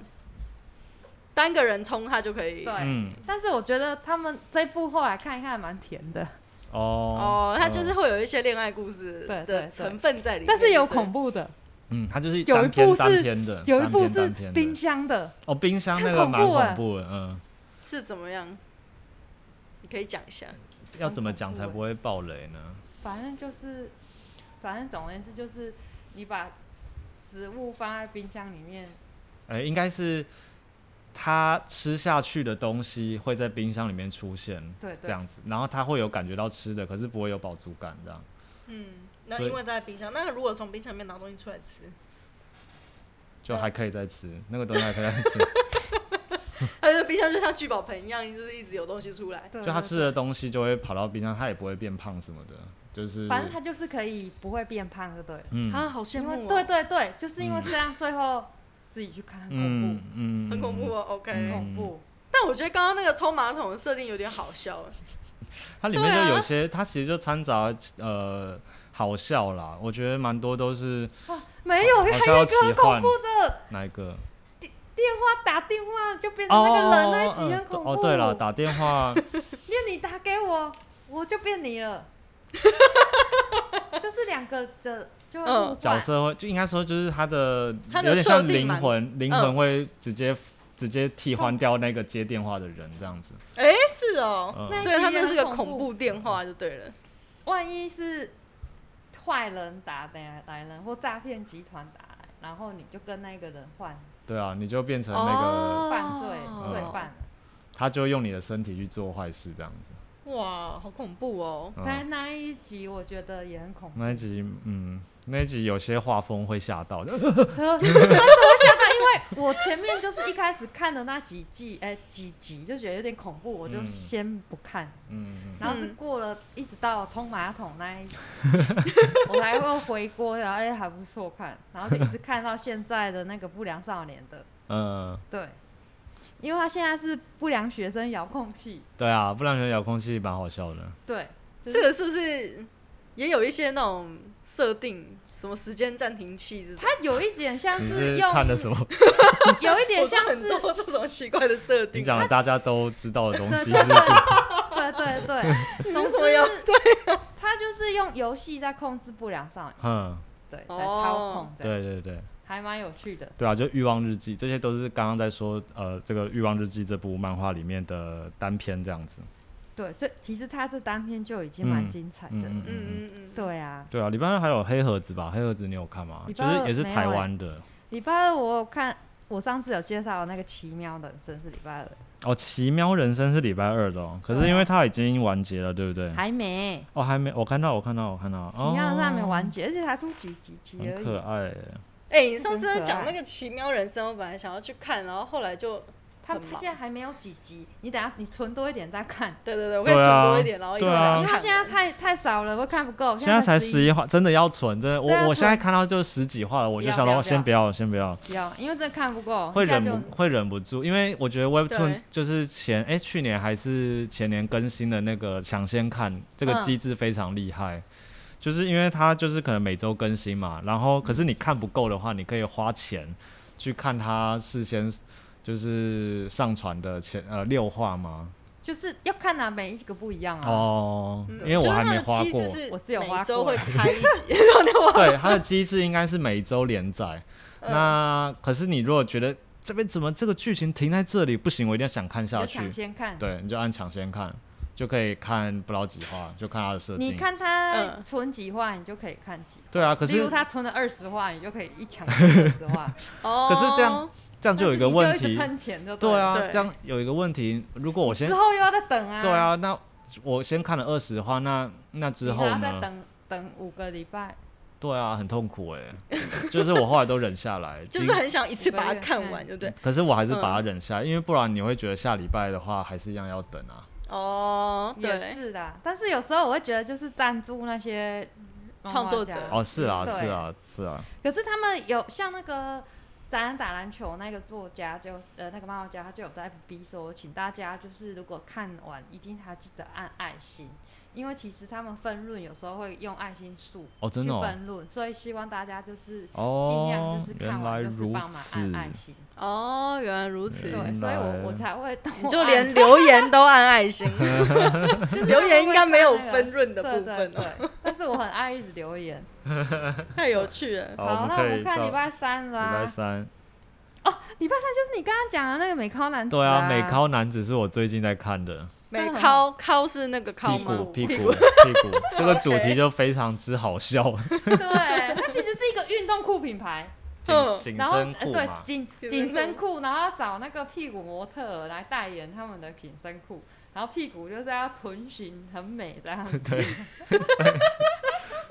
S3: 单个人冲他就可以。
S1: 对
S2: 嗯，
S1: 但是我觉得他们这部后来看一看蛮甜的，
S2: 哦
S3: 哦，他就是会有一些恋爱故事
S1: 对对
S3: 的
S1: 对
S3: 成分在里面，
S1: 但是有
S3: 对不对
S1: 恐怖的，
S2: 嗯，他就是
S1: 有一
S2: 单篇
S1: 部
S2: 单
S1: 是
S2: 篇的，
S1: 有一
S2: 单
S1: 部
S2: 篇
S1: 是
S2: 单篇的
S1: 冰箱的，
S2: 哦，冰箱
S1: 很
S2: 那个
S1: 恐
S2: 蛮
S1: 怖
S2: 恐
S1: 欸
S2: 怖的，嗯，
S3: 是怎么样？你可以讲一下。
S2: 要怎么讲
S1: 很恐怖
S2: 才
S1: 欸
S2: 不会爆雷呢？
S1: 反正就是，反正总而言之就是，你把食物放在冰箱里面，
S2: 呃，应该是他吃下去的东西会在冰箱里面出现，
S1: 对
S2: 这
S1: 对，
S2: 样子，然后他会有感觉到吃的，可是不会有饱足感这样。
S3: 嗯，那
S2: 所以
S3: 因为在冰箱，那如果从冰箱里面拿东西出来吃，
S2: 就还可以再吃，那个东西还可以再吃。
S3: 他的冰箱就像聚宝盆一样，就是一直有东西出来。
S1: 对
S2: 就他
S1: 对
S2: 吃的东西就会跑到冰箱，他也不会变胖什么的，就是
S1: 对反正他就是可以不会变胖，就对了。
S2: 嗯
S3: 啊，好羡
S1: 因为
S3: 慕哦，
S1: 对对对，就是因为
S2: 嗯
S1: 这样，最后自己去看，很恐
S2: 嗯
S1: 怖，
S2: 嗯，
S3: 很恐怖
S2: 嗯。
S3: 哦。OK，、
S1: 很
S2: 嗯
S1: 恐怖。
S3: 但我觉得刚刚那个冲马桶的设定有点好笑，
S2: 它里面
S3: 对啊
S2: 就有些，它其实就掺杂呃好笑啦，我觉得蛮多都是
S1: 没有，还
S2: 好
S1: 有
S2: 像要
S1: 一
S2: 奇
S1: 个很恐
S2: 幻
S1: 怖的，
S2: 哪一个？
S1: 他打电话就变成那个人，那一集很恐怖。
S2: 哦，对了，打电 话
S1: 因为你打给我，我就变你 了，就是两个的就会
S3: 嗯
S1: 互换
S2: 角色会，就应该说就是他的
S3: 他的
S2: 有点像
S3: 设定
S2: 灵
S3: 蛮
S2: 魂，灵
S1: 嗯
S2: 魂会直接、直接替换掉那个接电话的人这样子。
S3: 哎、是哦，
S2: 嗯
S1: 那
S3: 所以他那是个
S1: 很
S3: 恐
S1: 恐
S3: 怖电话就对了。
S1: 万一是坏人打来来人或诈骗集团打来，然后你就跟那个人换
S2: 对啊，你就变成那个，
S1: 犯罪、
S3: 哦
S1: 罪犯了。
S2: 他就用你的身体去做坏事这样子。
S3: 哇，好恐怖哦！
S1: 但是
S2: 嗯，
S1: 那一集我觉得也很恐 怖，
S2: 那一集，嗯，那一集有些画风会吓 到，嗯
S1: 真的会吓到，因为我前面就是一开始看的那几季，哎、几集就觉得有点恐怖，我就
S2: 嗯
S1: 先不看。
S2: 嗯，
S1: 然后是过了，一直到冲马桶那 一集，我才会回锅，然后哎、还不错看，然后就一直看到现在的那个不良少年的，
S2: 嗯，
S1: 对，因为他现在是不良学生遥控器，
S2: 对啊，不然觉得遥控器蛮好笑的。
S1: 对，就是
S3: 这个是不是也有一些那种设定，什么时间暂停器这种？
S1: 他有一点像
S2: 你
S1: 是
S2: 是
S1: 用，
S2: 看了什 么？
S1: 有一点
S3: 我说
S1: 像
S3: 很
S1: 是
S3: 多这种奇怪的设定
S2: 你，讲了大家都知道的东 西，
S1: 对啊
S2: 是不是？
S1: 对对对对，
S3: 你
S1: 总
S3: 是什
S1: 之
S3: 么样？对，
S1: 他就是用游戏在控制不良少女，
S2: 嗯，
S1: 对，在
S3: 哦
S1: 操控这样，
S2: 对对对。
S1: 还蛮有趣的。
S2: 对啊，就《欲望日记》，这些都是刚刚在说，呃，这个《欲望日记》这部漫画里面的单篇这样子。
S1: 对，这其实他这单篇就已经蛮
S2: 嗯
S1: 精彩
S2: 嗯
S1: 的。
S2: 嗯嗯。
S3: 嗯嗯嗯，
S1: 对啊，
S2: 对啊，礼拜二还有黑盒子吧？黑盒子你有看吗？
S1: 礼
S2: 就
S1: 拜
S2: 是
S1: 二
S2: 也是
S1: 没有
S2: 台
S1: 欸
S2: 湾的
S1: 礼拜二我有看，我上次有介绍的那个奇妙的，真是礼拜二
S2: 哦，《奇妙人生》是礼拜二的哦，可是
S1: 对啊
S2: 因为它已经完结了，对不对？
S1: 还没，
S2: 哦，还没，我看到，我看到，我看到，
S1: 奇妙的
S2: 哦
S1: 是还没完结，而且才出几几集而
S2: 很可
S1: 已。
S2: 爱欸。
S3: 哎、你上次
S1: 很
S3: 在
S1: 可
S3: 讲
S1: 爱
S3: 那个《奇妙人生》，我本来想要去看，然后后来就，
S1: 他
S3: 很
S1: 他
S3: 忙
S1: 现在还没有几集，你等下你存多一点再看，
S3: 对对对，我可
S2: 对
S3: 以存
S2: 啊
S3: 多一点，然后一直
S2: 对啊
S1: 因为
S3: 来
S1: 他
S3: 看。
S1: 现在太太少了，我看不够。
S2: 现在才
S1: 十
S2: 十一话，真的要存，真的，我
S1: 对啊
S2: 我现在
S1: 存
S2: 看到就十几话了，我
S1: 不
S2: 就
S1: 要
S2: 想
S1: 不要
S2: 到
S1: 不
S2: 先
S1: 要
S2: 不要，先不要。
S1: 有，哦因为真的看不够，
S2: 会
S1: 一下
S2: 忍
S1: 就
S2: 不会忍不住，因为我觉得 Webtoon
S3: 对
S2: 就是前哎、去年还是前年更新的那个抢先看这个
S1: 嗯
S2: 机制非常厉害，就是因为它就是可能每周更新嘛，然后可
S1: 嗯
S2: 是你看不够的话，你可以花钱去看它事先就是上传的前呃六话嘛。
S1: 就是要看哪、每一个不一样啊。
S2: 哦，
S3: 嗯
S2: 因为我还没花
S3: 就
S2: 过
S3: 是它的。机制是
S1: 我是有花
S3: 每周
S1: 过
S3: 会开 一集，
S2: 对，它的机制应该是每周连载。
S1: 嗯
S2: 那可是你如果觉得这边怎么这个剧情停在这里不行，我一定要想看
S1: 你
S2: 下
S1: 就
S2: 去。
S1: 抢先看，
S2: 对，你就按抢先看，就可以看不知道几话，就看它的设定。
S1: 你看他
S3: 嗯
S1: 存几话，你就可以看几。
S2: 对啊，可
S1: 例
S2: 是
S1: 如他存了二十话，你就可以一抢二十话。
S3: 哦
S2: 可是这样这样就有一个问
S1: 但是你就一
S2: 题
S1: 直，喷钱就
S2: 对
S1: 了，
S2: 啊，
S3: 对
S2: 这样有一个问题，如果我先
S1: 之后又要再等啊。
S2: 对，啊，那我先看了二十话，那那之后
S1: 你还要再
S2: 呢？
S1: 等等五个礼拜，
S2: 对啊，很痛苦哎、就是我后来都忍 下来，
S3: 就
S2: 经
S3: 是很想一次把它
S1: 对
S3: 看完，对不对？
S2: 可是我还
S1: 嗯
S2: 是把它忍下来，因为不然你会觉得下礼拜的话还是一样要等啊。
S3: 哦，
S1: 也
S3: 对，
S1: 是的。但是有时候我会觉得，就是赞助那些漫画
S3: 创作者
S1: 家
S2: 哦，是啊，
S1: 对
S2: 是啊，是啊，
S1: 可是他们有像那个展览打篮球那个作家就，呃那个漫画家，他就有在 FB 说，请大家就是如果看完，一定还记得按爱心，因为其实他们分论有时候会用爱心数
S2: 哦，真
S1: 去
S2: 的哦，
S1: 分论，所以希望大家就是尽量
S2: 哦
S1: 就是，看
S2: 原来
S1: 完就是
S2: 如
S1: 帮忙按爱
S2: 此。
S1: 心。
S3: 哦，原来如此，
S1: 对，
S2: 明
S1: 所以
S2: 白
S1: 我我才会动，
S3: 你就连留言都按 爱心，
S1: 就是
S3: 留言应该没有
S1: 他们会看
S3: 分润的
S1: 那个
S3: 部分
S1: 对
S3: 哦，
S1: 对对， 但是我很爱一直留言。
S3: 太有 趣了。
S2: 好，我
S1: 那我
S2: 们可以
S1: 们看
S2: 到
S1: 礼拜三啊
S2: 礼拜
S1: 啦。哦
S2: 三，
S1: 礼拜三就是你刚刚讲的那个美康男子
S2: 对啊，
S1: 啊，
S2: 美高男子是我最近在看的，
S3: 美
S1: 真的
S3: 敲敲是那个敲
S2: 屁
S3: 吗
S2: 股？
S3: 屁
S2: 屁
S3: 股
S2: 股屁股， 这个主题就非常之好笑，
S1: 对，它其实是一个运动裤品牌，
S2: 紧 紧
S1: 然后
S2: 身
S1: 呃
S2: 裤
S1: 对
S2: 嘛，
S1: 紧
S3: 紧身
S1: 紧身裤，然后找那个屁股模特儿来代言他们的紧身裤，然后屁股就是要臀型很美这样子，
S2: 对，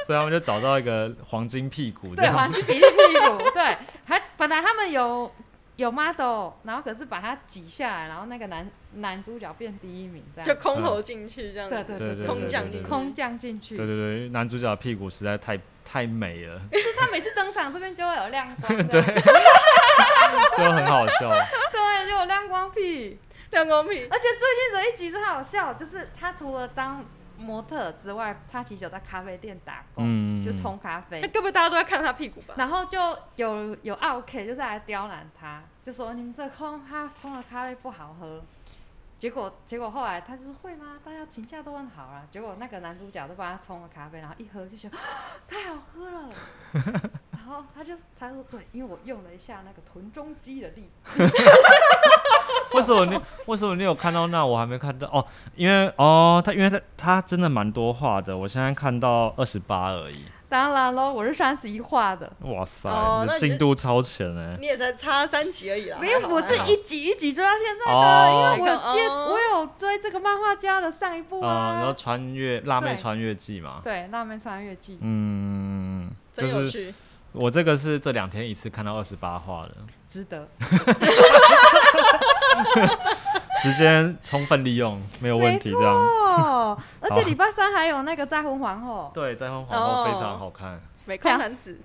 S2: 所以他们就找到一个黄金屁股这
S1: 对，
S2: 样
S1: 环，境比例屁股，对，还本来他们有有 model，然后可是把它挤下来，然后那个男男主角变第一名这
S3: 就
S1: 样，
S3: 空投进去这样
S1: 对
S3: 子，
S1: 对
S2: 对对
S1: 对，
S3: 空
S2: 对
S3: 降
S2: 对
S3: 进去，
S1: 空降进去，
S2: 对对对，男主角的屁股实在太太美了，
S1: 就
S2: 就
S1: 是他每次登场这边就会有亮光，啊
S2: 对
S1: 这样
S2: 很好笑，
S1: 对，就有亮光屁。
S3: 亮光屁。
S1: 而且最近的一集是好笑，就是他除了当模特儿之外，他其实有在咖啡店打工，
S2: 嗯，
S1: 就冲咖啡
S3: 那，根本大家都在看他屁股吧？
S1: 然后就有有 OK 就是来刁难他，就说你们这冲他冲的咖啡不好喝。结果结果后来他就是会吗？大家评价都很好啊啦。结果那个男主角就帮他冲了咖啡，然后一喝就觉得 太好喝了。 然后他就他说对，因为我用了一下那个臀中肌的力，
S2: 为什么你为什么你有看到那我还没看到哦？因为哦，他因为他他真的蛮多话的，我现在看到二十八而已，
S1: 当然喽，我是三十一画的。
S2: 哇塞，
S3: 哦
S2: 你的
S3: 那你
S2: 进度超前哎、
S3: 你也才差三集而已啦，
S1: 没有，我是
S3: 还好
S1: 一集一集追到现在的，
S2: 哦
S1: 因为我有接，
S3: 哦
S1: 我有追这个漫画家的上一部
S2: 啊、然
S1: 啊，
S2: 后穿越辣妹
S1: 对
S2: 穿越记嘛，
S1: 对《辣妹穿越记》，
S2: 嗯，
S3: 真
S2: 就
S3: 有
S2: 是
S3: 趣。
S2: 我这个是这两天一次看到二十八话的，
S1: 值得，
S2: 时间充分 利用，没有问
S1: 没
S2: 题，
S1: 错
S2: 这样。
S1: 而且礼拜三还有那个再婚皇后，
S2: 对，再婚皇后
S3: 哦
S2: 非常好看，
S3: 美
S1: 啊
S3: 空男子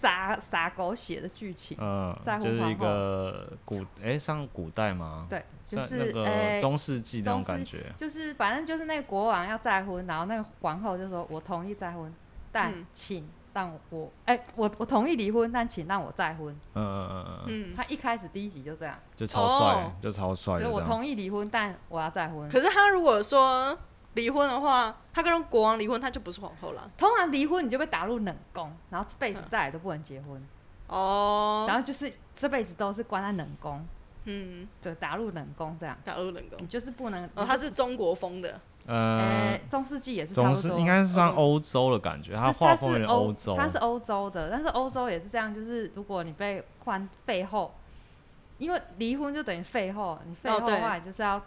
S1: 撒撒狗血的剧情，再
S2: 嗯，就
S1: 婚
S2: 是
S1: 皇
S2: 一
S1: 后
S2: 个古哎，像古代嘛，
S1: 对，就
S2: 像
S1: 是
S2: 那个
S1: 呃，
S2: 中世纪那种
S1: 中世
S2: 感觉，
S1: 就是反正就是那个国王要再婚，然后那个皇后就说：“我同意再婚，但
S3: 嗯
S1: 请让我，哎、我我同意离婚，但请让我再婚。
S2: 嗯嗯嗯嗯嗯，
S3: 嗯，
S1: 他一开始第一集就这样，
S2: 就超帅
S3: 哦，
S2: 就超帅
S1: 就
S2: 的
S1: 是
S2: 这
S1: 我
S2: 样。
S1: 同意离婚，但我要再婚。
S3: 可是他如果说离婚的话，她跟国王离婚，她就不是皇后了。
S1: 通常离婚你就被打入冷宫，然后这辈子
S3: 嗯
S1: 再也都不能结婚，然
S3: 哦，
S1: 后就是这辈子都是关在冷宫，
S3: 嗯，
S1: 对，打入冷宫这样，
S3: 打入冷宫
S1: 你。就是不能。
S3: 哦，她是中国风的，
S1: 呃
S2: 呃，，
S1: 中世纪也是差
S2: 总
S1: 不
S2: 是
S1: 多，
S2: 应该是算
S3: 嗯
S2: 欧洲的感觉，它
S1: 它
S2: 画
S1: 它
S2: 风有
S1: 是
S2: 点欧洲，
S1: 它是欧洲的，但是欧洲也是这样，就是如果你被换背后，因为离婚就等于废后，你废
S3: 哦
S1: 后的
S3: 对
S1: 话，你就是要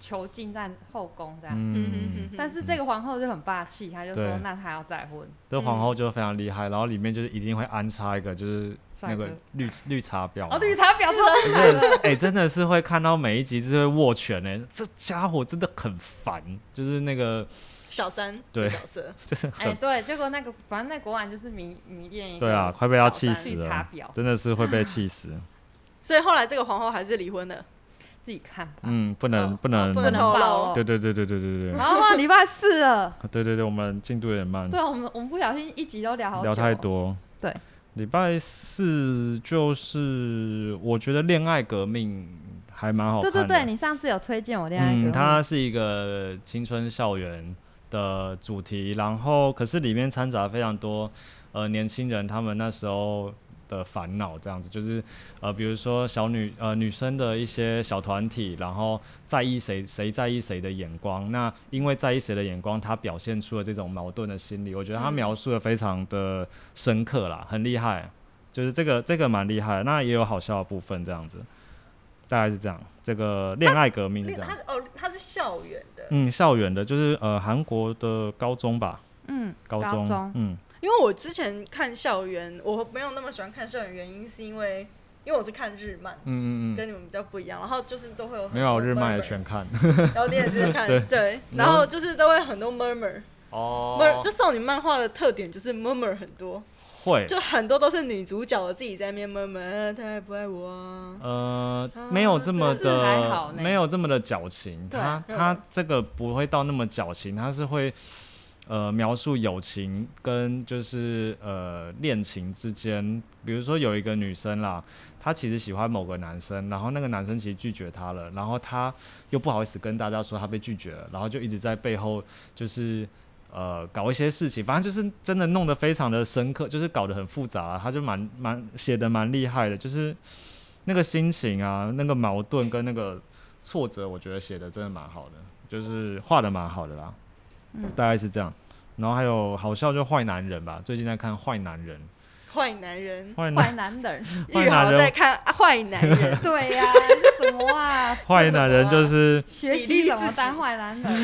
S1: 囚禁在后宫这样。
S2: 嗯，
S1: 但是这个皇后就很霸气，她就
S2: 对
S1: 说：“那她要再婚。
S2: 这皇后就非常厉害，然后里面就是一定会安插一个就是
S1: 帅
S2: 那
S1: 哥
S2: 个绿绿茶婊嘛，”
S1: 哦，绿茶婊超
S2: 真
S1: 精彩
S2: 的
S1: 的，
S2: 哎、真的是会看到每一集就是会握拳呢、这家伙真的很烦，就是那个
S3: 小三
S2: 对
S3: 的角色，
S2: 就是
S1: 哎，
S2: 很、
S1: 对，结果那个反正那国王就是迷迷恋一个
S2: 对啊，快被他
S3: 小
S2: 气
S3: 三
S2: 死
S1: 绿茶
S2: 了，
S1: 婊，
S2: 真的是会被气死。
S3: 所以后来这个皇后还是离婚的。
S1: 自己看吧。
S2: 嗯，不能、
S3: 哦
S2: 不能，
S3: 哦不能
S1: 嗯
S3: 透
S1: 爆
S3: 露
S1: 哦。
S2: 对对对对对对对
S1: 然后哇礼拜四了，
S2: 对对对，我们进度有点慢，
S1: 对我们我们不小心一集都聊好久
S2: 嗯聊太，多。
S1: 对，
S2: 礼拜四就是我觉得恋爱革命还蛮好
S1: 对
S2: 看的。
S1: 对对，你上次有推荐我恋爱歌
S2: 嗯，
S1: 吗，
S2: 它是一个青春校园的主题，然后可是里面掺杂非常多呃年轻人他们那时候的烦恼，这样子就是呃比如说小女呃女生的一些小团体，然后在意谁谁在意谁的眼光，那因为在意谁的眼光，他表现出了这种矛盾的心理，我觉得他
S3: 嗯
S2: 描述的非常的深刻啦，很厉害。就是这个这个蛮厉害的，那也有好笑的部分，这样子，大概是这样。这个恋爱革命是这样
S3: 她。哦，她是校园的，
S2: 嗯，校园的，就是呃韩国的高中吧，
S1: 嗯，
S2: 高中，嗯，
S3: 因为我之前看校园，我没有那么喜欢看校园，原因是因为因为我是看日漫。
S2: 嗯嗯嗯，
S3: 跟你们比较不一样，然后就是都会有很
S2: 没有啊
S3: 多
S2: 日漫也
S3: murmur
S2: 全看
S3: 然后你也是看
S2: 对嗯
S3: 对，然后就是都会很多 murmur，mur、
S2: 哦
S3: murmur，就少女漫画的特点就是 murmur 很多，
S2: 会，
S3: 就很多都是女主角自己在那边 murmur，、呃、她爱不爱我啊？
S2: 呃，
S3: 啊
S2: 没有这么
S1: 真的是还
S2: 的
S1: 好，呢
S2: 没有这么的矫情，
S1: 对
S2: 他
S3: 嗯
S2: 他这个不会到那么矫情，他是会呃描述友情跟就是呃恋情之间，比如说有一个女生啦，她其实喜欢某个男生，然后那个男生其实拒绝她了，然后她又不好意思跟大家说她被拒绝了，然后就一直在背后就是。呃，搞一些事情，反正就是真的弄得非常的深刻，就是搞得很复杂、他就蛮蛮写的蛮厉害的，就是那个心情啊，那个矛盾跟那个挫折，我觉得写的真的蛮好的，就是画的蛮好的啦，
S1: 嗯
S2: 大概是这样。然后还有好笑就坏男人吧，最近在看坏男人，
S3: 坏男人，
S2: 坏男
S1: 坏男人，，
S2: 坏
S3: 玉豪
S2: 男
S3: 在
S2: 人，哦
S3: 看啊坏、男人
S1: 对呀、这什么啊？
S2: 坏男人就是
S1: 学
S3: 砥砺
S1: 习怎么
S3: 自己
S1: 当坏男人？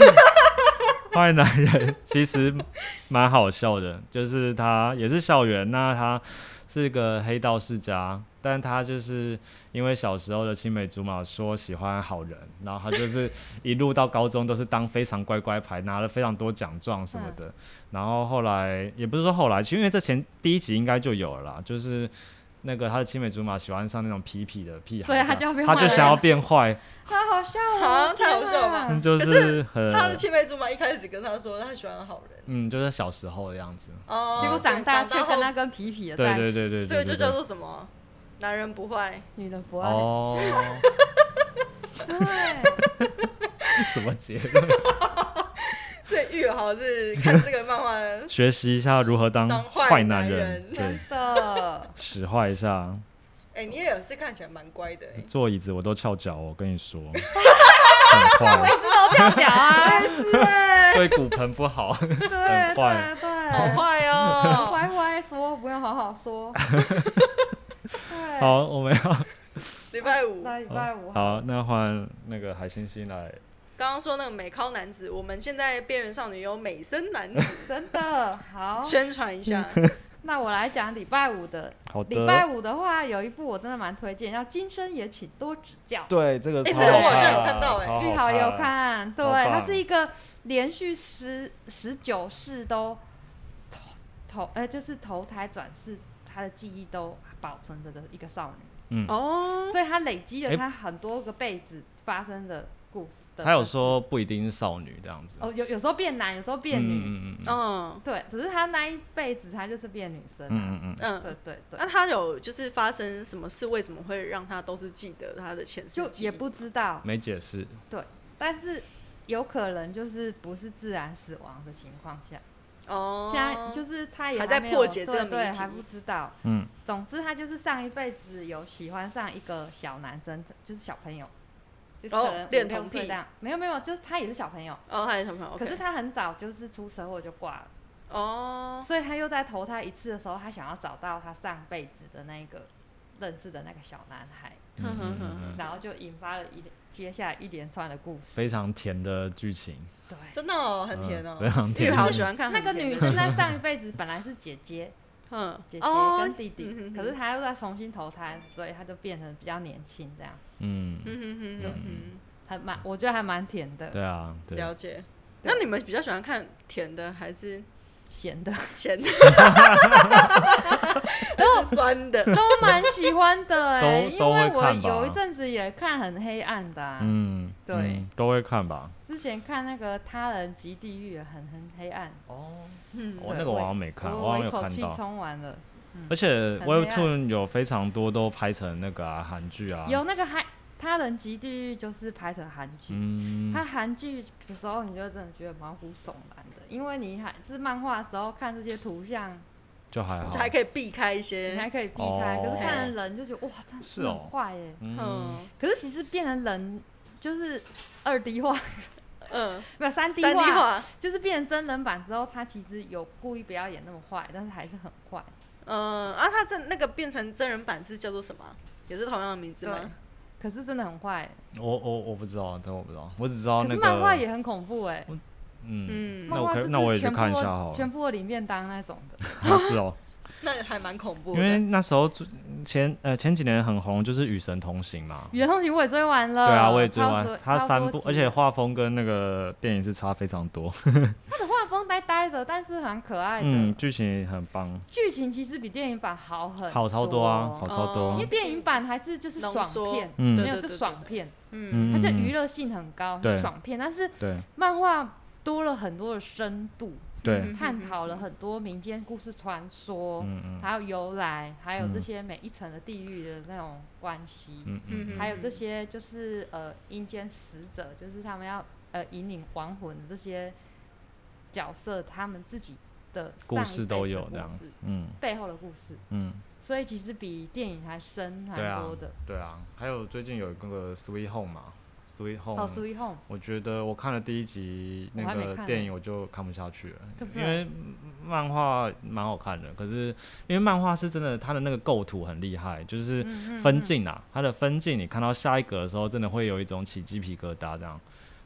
S2: 坏男人其实蛮好笑的，就是他也是校园，那他是个黑道世家，但他就是因为小时候的青梅竹马说喜欢好人，然后他就是一路到高中都是当非常乖乖牌，拿了非常多奖状什么的，然后后来也不是说后来，其实因为这前第一集应该就有了啦，就是。那个他的青梅竹马喜欢上那种痞痞的屁孩这
S1: 所以
S2: 样，
S1: 他就要变
S2: 他
S1: 坏
S2: 就
S1: 人
S2: 想要变 坏，
S1: 太好笑了，
S3: 啊太好
S1: 天哪
S3: 笑了吧
S2: 就
S3: 可
S2: 是很
S3: 他的青梅竹马一开始跟他说他喜欢好人，
S2: 嗯，就是小时候的样子。
S3: 哦，
S1: 结果长大
S3: 所以
S1: 却
S3: 长
S1: 跟
S3: 后
S1: 他跟皮皮的
S2: 对
S1: 在一
S2: 对
S1: 起，
S2: 对对，对
S3: 这个就
S2: 对
S3: 叫做什么？男人不坏，
S1: 女人不爱，
S2: 哦，
S1: 对，
S2: 什么节目？
S3: 所以玉豪是看这个漫 画 的
S2: 学习一下如何当
S3: 当坏
S2: 坏男
S3: 男
S2: 人，
S3: 人
S2: 对，
S1: 的
S2: 使坏一下，
S3: 哎、你也是看起来蛮乖的、哎，
S2: 坐椅子我都翘脚哦，我跟 你说，很坏，
S1: 是都跳脚啊，
S3: 是哎、
S2: 对骨盆不好。
S1: 对对
S2: 坏
S1: 对，
S3: 好坏哦、
S1: 歪歪说不用好好说，对，
S2: 好，我们要
S3: 礼拜五，
S1: 那礼拜五
S2: 好，那换那个海星星来，
S3: 刚刚说那个美康男子，我们现在边缘少女有美声男子，
S1: 真的好，
S3: 宣传一下。
S1: 那我来讲礼拜五的，
S2: 好
S1: 礼拜
S2: 的，
S1: 五的话有一部我真的蛮推荐，叫《今生也请多指教》。
S2: 对这个
S3: 哎
S2: 超
S1: 这个我好
S3: 像有
S2: 看
S3: 看到哎
S2: 超
S1: 玉豪也有
S2: 看，
S1: 看，对，
S2: 好棒
S1: 它是一个连续十十九世都投投，呃，就是投胎转世，她的记忆都保存着的一个少女，
S2: 嗯，
S3: 哦，
S1: 所以她累积了
S2: 诶
S1: 她很多个辈子发生的故事的。
S2: 他有说不一定是少女这样子，
S1: 哦，有有时候变男，有时候变女，
S2: 嗯嗯嗯嗯
S3: 嗯
S1: 对，只是她那一辈子她就是变女生、啊，
S2: 嗯嗯嗯，
S3: 嗯，
S1: 对对对。
S3: 那他有就是发生什么事，为什么会让他都是记得他的前世
S1: 就
S3: 记忆？
S1: 也不知道，
S2: 没解释，
S1: 但是有可能就是不是自然死亡的情况下，
S3: 哦，
S1: 现在就是他也
S3: 还在
S1: 没有
S3: 破解这个
S1: 对对
S3: 谜题
S1: 还不知道。
S2: 嗯，
S1: 总之，他就是上一辈子有喜欢上一个小男生，就是小朋友，就是
S3: 哦
S1: 可能五
S3: 恋
S1: 六
S3: 童
S1: 岁
S3: 癖
S1: 这样。没有没有，就是他也是小朋友，
S3: 哦，还有什么朋友？
S1: 可是他很早就是出车祸就挂了。
S3: 哦，
S1: 所以他又在投胎一次的时候，他想要找到他上辈子的那个认识的那个小男孩，
S2: 嗯嗯嗯嗯嗯
S1: 然后就引发了一连接下来一连串的故事。
S2: 非常甜的剧情，
S1: 对，
S3: 真的哦，很甜哦
S2: 嗯，非常
S3: 玉
S2: 甜。
S3: 好喜欢看
S1: 那
S3: 很
S1: 个
S3: 甜
S1: 女
S3: 的
S1: 生在上一辈子本来是姐姐，
S3: 嗯
S1: 姐姐
S3: 哦
S1: 跟弟弟，
S3: 嗯
S1: 可是她又在重新投胎，所以她就变成比较年轻这样，
S2: 嗯，
S3: 嗯哼哼
S2: 对
S3: 嗯
S1: 还蛮我觉得还蛮甜的，
S2: 对啊，
S3: 哼，
S2: 对，
S3: 了解。那你们比较喜欢看甜的还是
S1: 咸的
S3: 咸的？还是酸的？
S1: 都蛮喜欢的哎、
S2: 都都会
S1: 因为我
S2: 看吧
S1: 有一阵子也看很黑暗的、啊，
S2: 嗯，
S1: 对
S2: 嗯，都会看吧。
S1: 之前看那个《他人及地狱》也很很黑暗，
S2: 哦，
S3: 嗯，
S2: 我
S1: 对
S2: 那个我好像没看，
S1: 我
S2: 我好像
S1: 一
S2: 有
S1: 口
S2: 看
S1: 气
S2: 到。
S1: 冲完了。
S2: 而且
S1: 很黑暗
S2: Webtoon 有非常多都拍成那个啊韩剧啊，
S1: 有那个韩《他人及地狱》就是拍成韩剧，
S2: 嗯
S1: 它韩剧的时候你就真的觉得毛骨悚然的，因为你还是漫画的时候看这些图像，
S2: 就还好
S3: 还，可以避开一
S1: 你
S3: 些，
S1: 还可以避开，
S2: 哦
S1: 可是看人就觉得哇，真的
S2: 是哦
S1: 很坏耶。
S2: 嗯，
S3: 嗯
S1: 可是其实变成人就是二 D 化，
S3: 嗯，
S1: 没有三 D
S3: 三 D
S1: 化，
S3: 化，
S1: 就是变成真人版之后，他其实有故意不要演那么坏，但是还是很坏。
S3: 嗯啊，它这那个变成真人版是叫做什么啊？也是同样的名字
S1: 对啊
S3: 吗？，
S1: 可是真的很坏耶。
S2: 我我我不知道，但我不知道，我只知道
S1: 可
S2: 哦那
S1: 是漫画
S2: 个，
S1: 也很恐怖哎，
S2: 嗯，
S3: 嗯，
S2: 那
S1: 漫
S2: 我
S1: 画
S2: 可以
S1: 就
S2: 那我也
S1: 是
S2: 去
S1: 全部
S2: 看一
S1: 都
S2: 下好了
S1: 全部都里面当那种的。
S2: 是哦，
S3: 那还蛮恐怖
S2: 因
S3: 的。
S2: 为那时候最前呃前几年很红，就是《与神同行》嘛。
S1: 《原动行》我也追完了，
S2: 对啊，我也追
S1: 呃超多
S2: 完，它三
S1: 超，
S2: 部
S1: 多集
S2: 而且画风跟那个电影是差非常多。
S1: 它的画风呆呆的，但是很可爱的。
S2: 嗯，剧情也很棒，
S1: 剧情其实比电影版好很
S2: 好超多
S1: 多
S2: 啊，好超
S1: 因为
S2: 多
S3: 哦。
S1: 电影版还是就是爽片，
S2: 嗯
S1: 没有
S3: 对
S1: 就
S3: 对对
S1: 爽片，
S3: 嗯
S2: 嗯，
S1: 它就
S2: 嗯
S1: 娱乐性很高，
S2: 对
S1: 是爽片。但是
S2: 对
S1: 漫画多了很多的深度，
S3: 嗯
S2: 对，
S1: 探讨了很多民间故事、传说，
S2: 嗯嗯
S1: 还有由来，还有
S2: 嗯
S1: 这些每一层的地域的那种关系，
S2: 嗯嗯，
S1: 还有这些就是呃阴间使者，就是他们要呃引领亡魂的这些角色，他们自己的上
S2: 故
S1: 一
S2: 事
S1: 辈
S2: 都
S1: 子的
S2: 有
S1: 故
S2: 这样
S1: 事，
S2: 嗯
S1: 背后的故事，
S2: 嗯，
S1: 所以其实比电影还深
S2: 对
S1: 蛮
S2: 啊
S1: 多的。
S2: 对啊，还有最近有那个 Sweet Home 嘛，Sweet
S1: 哦
S2: Home，
S1: ，Sweet Home，
S2: 我觉得我看了第一集
S1: 我
S2: 那
S1: 还没
S2: 个
S1: 看
S2: 电
S1: 呢
S2: 影，我就看不下去了，
S1: 对不对
S2: 因为漫画蛮好看的，可是因为漫画是真的，它的那个构图很厉害，
S1: 嗯
S2: 就是分镜啊，它的分镜你看到下一格的时候，真的会有一种起鸡皮疙瘩这样。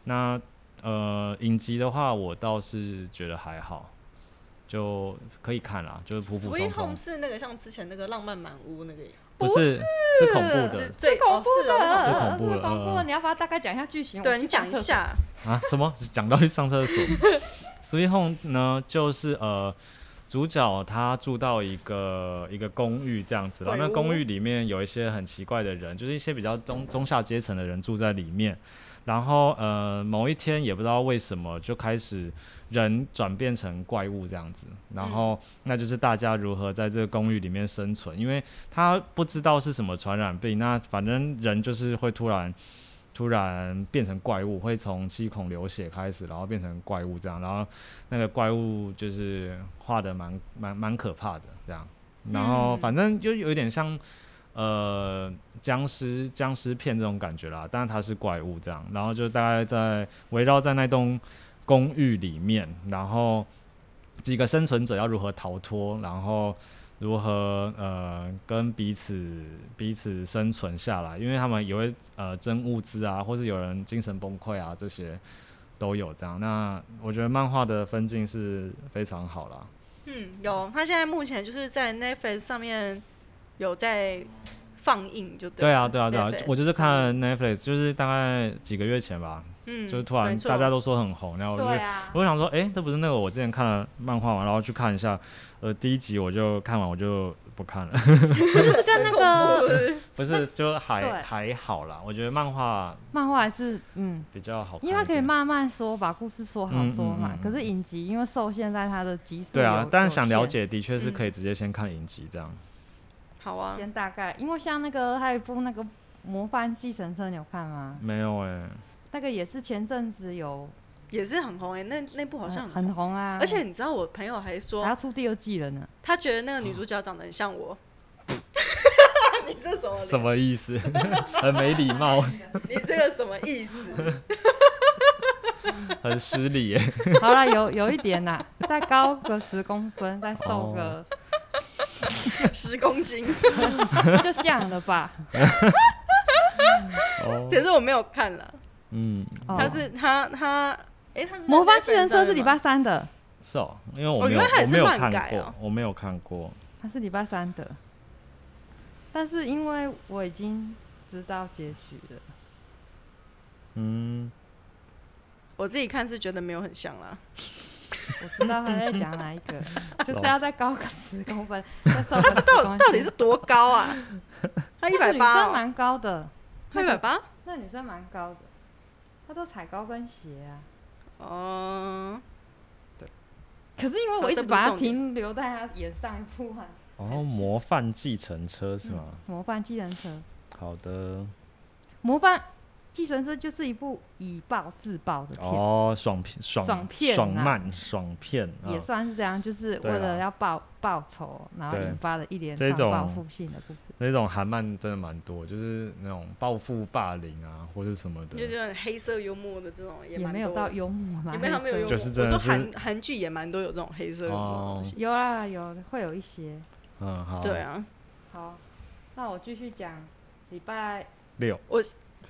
S2: 那呃，影集的话，我倒是觉得还好，就可以看啦，就是普普通
S3: Sweet
S2: 通
S3: Home，是那个像之前那个浪漫满屋那个，
S2: 不是是恐怖
S3: 是
S2: 的
S3: 最
S1: 恐怖
S3: 的，哦
S2: 是
S1: 呃，
S2: 恐怖的
S1: 是恐怖
S2: 呃
S1: 的，你要不要大概讲一下剧情？
S3: 是
S1: 我
S3: 对
S1: 去
S3: 你讲
S1: 上
S3: 一
S1: 厕所。
S3: 下，
S2: 啊？什么？讲到去上厕 所？Sweet Home 呢，就是呃，主角他住到一个一个公寓这样子，然后那
S3: 鬼屋
S2: 公寓里面有一些很奇怪的人，就是一些比较中中下阶层的人住在里面。然后呃，某一天也不知道为什么就开始人转变成怪物这样子，然后那就是大家如何在这个公寓里面生存，因为他不知道是什么传染病，那反正人就是会突然突然变成怪物，会从七孔流血开始，然后变成怪物这样，然后那个怪物就是画的蛮蛮蛮可怕的这样，然后
S4: 嗯
S2: 反正就有一点像呃僵尸僵尸片这种感觉啦，但是它是怪物这样，然后就大概在围绕在那栋公寓里面，然后几个生存者要如何逃脱，然后如何呃跟彼此彼此生存下来，因为他们也会呃争物资啊，或是有人精神崩溃啊这些。都有这样，那我觉得漫画的分镜是非常好啦。
S3: 嗯，有，他现在目前就是在 Netflix 上面有在放映，就
S2: 对
S3: 了
S2: 啊，对啊，对啊
S3: Netflix，
S2: 我就是看 Netflix，就是大概几个月前吧，
S3: 嗯，
S2: 就是突然大家都说很红，然后我就
S1: 对啊，
S2: 我就想说，哎、这不是那个我之前看了漫画嘛，然后去看一下，呃，第一集我就看完我就不看了，
S1: 就是跟那个
S3: 个
S2: 不是就还
S1: 对
S2: 还好啦，我觉得漫画
S1: 漫画还是嗯，
S2: 比较好看一点，
S1: 因为它可以慢慢说，把故事说好说
S2: 嗯嗯
S1: 嘛
S2: 嗯嗯。
S1: 可是影集因为受限在它的集数，
S2: 对啊
S1: 有，嗯
S2: 但想了，
S1: 有
S2: 解的确是可以直接先看影集这样，
S3: 好啊
S1: 限，先大概，因为像那个还有一部那个《模范继承车》，你有看吗？
S2: 没有哎、
S1: 那个也是前阵子有
S3: 也是很红哎、那那部好像
S1: 很很红啊，
S3: 而且你知道我朋友还
S1: 还
S3: 说，
S1: 要出第二季了呢。
S3: 他觉得那个女主角长得很像我。 你这什么脸？
S2: 什么意思？ 很没礼 貌，
S3: 你这个什么意思？
S2: 很失礼耶。
S1: 好啦，有有一点啦，再高个十公分，再瘦个、
S3: 十公斤？
S1: 就像了吧。
S2: 哦，
S3: 可是我没有看了。
S2: 嗯，
S1: 哦
S3: 他是他他，哎、他是
S1: 魔
S3: 在
S1: 方计程车是礼拜
S3: 吗
S1: 三的，
S2: 是哦，因为我
S3: 哦
S2: 没有、
S3: 原来
S2: 我
S3: 是
S2: 没有
S3: 漫
S2: 看
S3: 改
S2: 过，
S3: 哦
S2: 我没有看过。
S1: 它是礼拜三的，但是因为我已经知道结局了，
S2: 嗯，
S3: 我自己看是觉得没有很像啦。
S1: 我知道他在讲哪一个，就是要再高个十公分，再瘦个
S3: 他是到
S1: 10公分
S3: 到底是多高啊？他
S1: 那
S3: 一
S1: 个
S3: 百
S1: 女
S3: 八哦
S1: 生，蛮高的，
S3: 他一百八，
S1: 那女生蛮高的，她都踩高跟鞋啊。
S3: 哦，
S1: 可是因为
S3: 哦
S1: 我一
S3: 这
S1: 直
S3: 不是
S1: 把它
S3: 重点
S1: 停留在她演上一部啊，
S2: 哦，模范计程车
S1: 嗯
S2: 是吗？
S1: 模范计程车，
S2: 好的，
S1: 模范计程车就是一部以暴制暴的片。
S2: 哦，爽片、爽
S1: 爽片啊
S2: 爽漫、爽片啊
S1: 也，算是这样，就是
S2: 对
S1: 为了
S2: 啦
S1: 要报报仇，然后
S2: 对
S1: 引发了一连
S2: 这
S1: 串
S2: 种
S1: 报复性的故事。
S2: 那种韩漫真的蛮多，就是那种报复霸凌啊，或者什么
S3: 就
S2: 的。
S3: 是很黑色幽默的这种也
S1: 也
S3: 蛮
S1: 没有
S3: 多
S1: 到
S3: 的，
S1: 幽默啦，
S3: 也没有他们有幽默。
S1: 黑色
S2: 就是真
S3: 我
S2: 的
S3: 说
S2: 是哦
S3: 韩韩剧也蛮多有这种黑色幽默的东西。
S1: 有啦有会有一些。
S2: 嗯，好，
S3: 对，啊，
S1: 好，那我继续讲礼拜
S2: 六，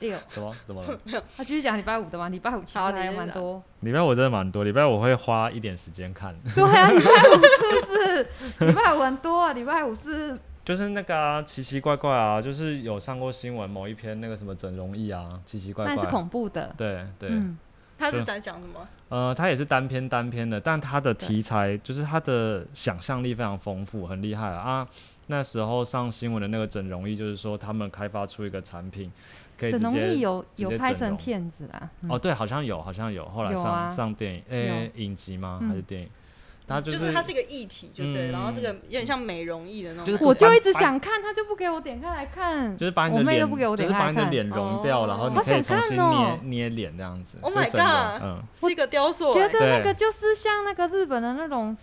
S1: 六，
S2: 怎么怎 么了？
S1: 那继续讲礼拜五的嘛，礼拜五其实
S3: 好你
S1: 还
S3: 先
S1: 蛮
S3: 讲
S1: 多。
S2: 礼拜我真的蛮多，礼拜我会花一点时间看，
S1: 对啊，礼拜五是不是？礼拜五很多啊，礼拜五是
S2: 就是那个啊，奇奇怪怪啊，就是有上过新闻某一篇那个什么整容艺啊，奇奇怪
S1: 那是
S2: 怪。
S1: 恐怖的。
S2: 对对，
S1: 嗯，
S3: 他是在讲什么？
S2: 呃，它也是单篇单篇的，但它的
S1: 对
S2: 题材就是它的想象力非常丰富，很厉害啊啊！那时候上新闻的那个整容医，就是说他们开发出一个产品，可以直
S1: 整容易
S2: 接
S1: 有
S2: 直
S1: 有
S2: 接
S1: 拍
S2: 整
S1: 成
S2: 容
S1: 片子啦。嗯
S2: 哦，，对，好像有，好像有，后来
S1: 有
S2: 上、
S1: 啊
S2: 上电影，诶、影集吗？还是
S1: 嗯
S2: 电影？它
S3: 就是是它是一个议题，就对，
S2: 嗯
S3: 然后是个有点像美容艺的那种。
S2: 就是
S1: 我就一直
S2: 把
S1: 想看，他就不给我点开来看。
S2: 就是把你
S1: 我
S2: 的
S1: 妹
S2: 脸，
S1: 都不给我
S2: 就
S1: 点
S2: 是把
S1: 开
S2: 你的
S1: 看。哦
S2: 脸融掉，然后你
S1: 好
S2: 可
S1: 想
S2: 以重
S1: 看
S2: 新
S1: 哦
S2: 捏捏脸这样子。
S3: Oh
S2: 就
S3: my
S2: 整容
S3: god
S2: 嗯，
S3: 是一个雕塑
S1: 觉
S3: 欸，
S1: 得那
S2: 对
S1: 个就是像那个日本的那种《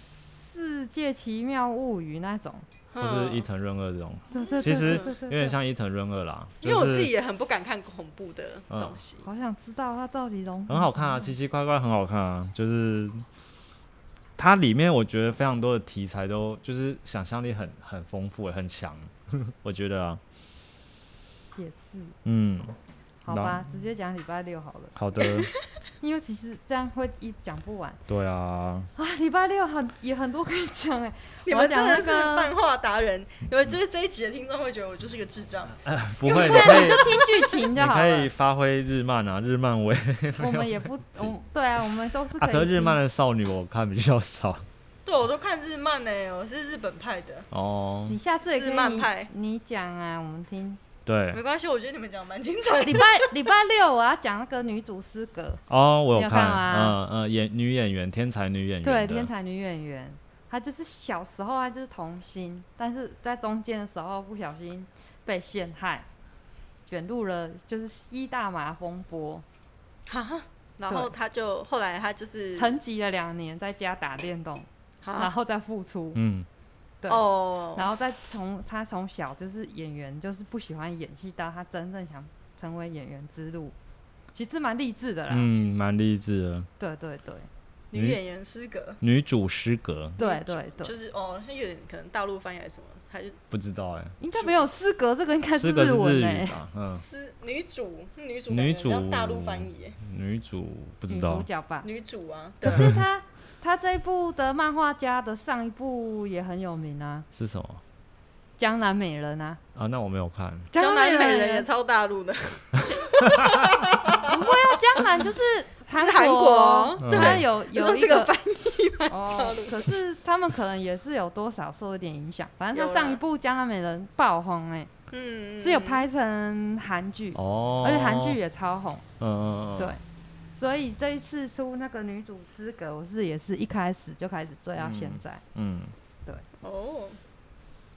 S1: 世界奇妙物语》那种，
S2: 或是伊
S3: 嗯
S2: 藤润二这种，
S1: 对对
S2: 其
S1: 对
S2: 实
S1: 对对对
S2: 有点像伊藤润二啦，
S3: 因为我
S2: 就
S3: 自己
S2: 是
S3: 也很不敢看恐怖的
S2: 嗯
S3: 东西。
S1: 好想知道它到底融
S2: 很好看啊，奇奇怪怪很好看啊，就是它里面我觉得非常多的题材都就是想象力很很丰富，很强， 我觉得啊，
S1: 也是。
S2: 嗯，
S1: 好吧，直接讲礼拜六好了，
S2: 好 的，
S1: 因为其实这样会一讲不完
S2: 对啊，
S1: 啊。礼拜六很也很多可以讲哎、
S3: 你
S1: 我
S3: 们
S1: 要
S3: 真
S1: 讲
S3: 的
S1: 那
S3: 是
S1: 个
S3: 漫画达人，因为就是这一集的听众会觉得我就是个智障。
S2: 不会，你
S1: 对，啊
S2: 可
S1: 你
S2: 以
S1: 就听剧情
S2: 你
S1: 就好
S2: 可以
S1: 了。
S2: 发挥日漫啊，日漫为
S1: 我们也 不，我对啊，我们都是
S2: 啊，
S1: 可以
S2: 可
S1: 听。
S2: 是日漫的少女我看比 较少
S3: 对，我都看日漫呢、欸我是日本派的，
S2: 哦，
S1: 你下次也可
S3: 日
S1: 以
S3: 漫
S1: 你
S3: 派
S1: 你讲啊，我们听。
S2: 对
S3: 没关系，我觉得你们讲得蛮精彩的。
S1: 礼拜 礼拜六我要讲那个女主诗歌，
S2: 哦，我
S1: 你有看
S2: 嗯
S1: 吗
S2: 嗯，演女演员，天才女演员
S1: 对，
S2: 的，
S1: 天才女演员，她就是小时候她就是童星，但是在中间的时候不小心被陷害，卷入了就是一大麻风波，
S3: 哈，然后他就后来他就是
S1: 沉寂了两年，在家打电动，然
S3: 啊
S1: 后再复出，
S2: 嗯，
S1: 对，
S3: 哦，
S1: 然后再从她从小就是演员，就是不喜欢演戏，到她真正想成为演员之路，其实蛮励志的啦，
S2: 嗯，蛮励志的。
S1: 对对对
S3: 女演员失格，
S2: 女主失格，
S1: 对对
S3: 就
S1: 对，
S3: 是哦，他有点可能大陆翻译还是什么，他就
S2: 不知道哎、
S1: 应该没有诗格，这个应该
S2: 失格
S1: 日
S2: 是日
S1: 文哎、
S2: 语吧？嗯，
S3: 失女主，女主
S2: 女
S3: 感觉比
S2: 主
S3: 较大陆翻译耶、
S2: 女主不知
S1: 女主
S2: 道。
S1: 角吧，
S3: 女主啊，对
S1: 可，是他他这一部的漫画家的上一部也很有名啊，
S2: 是什么
S1: 《江南美人》啊，
S2: 啊？那我没有看，
S1: 《
S3: 江南美人也
S1: 人》
S3: 超大陆的，
S1: 不会啊，江南就是韩
S3: 是韩国
S1: 哦
S3: 哦
S2: 对
S1: 它有有
S3: 有
S1: 一
S3: 这个
S1: 个
S3: 翻 译
S1: 哦，可是他们可能也是有多少受一点影响，反正
S3: 有
S1: 他
S3: 啦
S1: 上一部《江南美人》爆红哎、
S3: 嗯，
S1: 是有拍成韩剧，
S2: 哦，
S1: 而且韩剧，也超红，
S2: 嗯嗯嗯，
S1: 对。所以这一次出那个女主资格，我是也是一开始就开始追到现在，
S2: 嗯，
S3: 哦，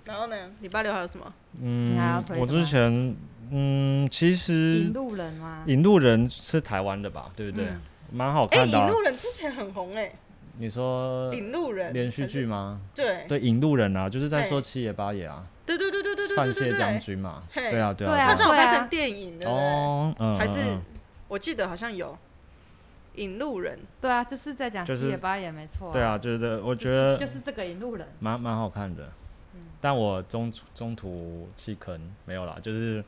S3: 然后呢，礼拜六还有什么？
S1: 你还要
S2: 嗯
S1: 推，
S2: 我
S1: 的吗
S2: 之前嗯，其
S1: 引
S2: 实
S1: 路人吗？
S2: 引路人是台湾的吧，对不对
S1: 嗯？
S2: 蛮好
S3: 哎、
S2: 看的啊
S3: 引。路人之前很红哎、
S2: 你说
S3: 引路人
S2: 连续剧
S3: 还是
S2: 吗？
S3: 对
S2: 对，引路人啊，就是在说
S3: 哎
S2: 七爷八爷啊，
S3: 对对对对对对
S2: 范
S3: 对
S2: 谢
S3: 对
S2: 将
S3: 对，
S2: 军嘛。
S3: 嘿
S2: 对啊，对啊，
S1: 对啊
S3: 他
S1: 它
S3: 是有
S1: 对
S3: 拍成电影的、
S2: 哦，嗯，
S3: 还是
S2: 嗯
S3: 我记得好像有引路人，
S1: 对啊，就是在讲
S2: 就是
S1: 七也八也没错、
S2: 嗯对啊，，就是这，我
S1: 我
S2: 觉得
S1: 就是这个引路人，
S2: 蛮蛮好看的，
S1: 嗯
S2: 但我中中途弃坑没有啦，就是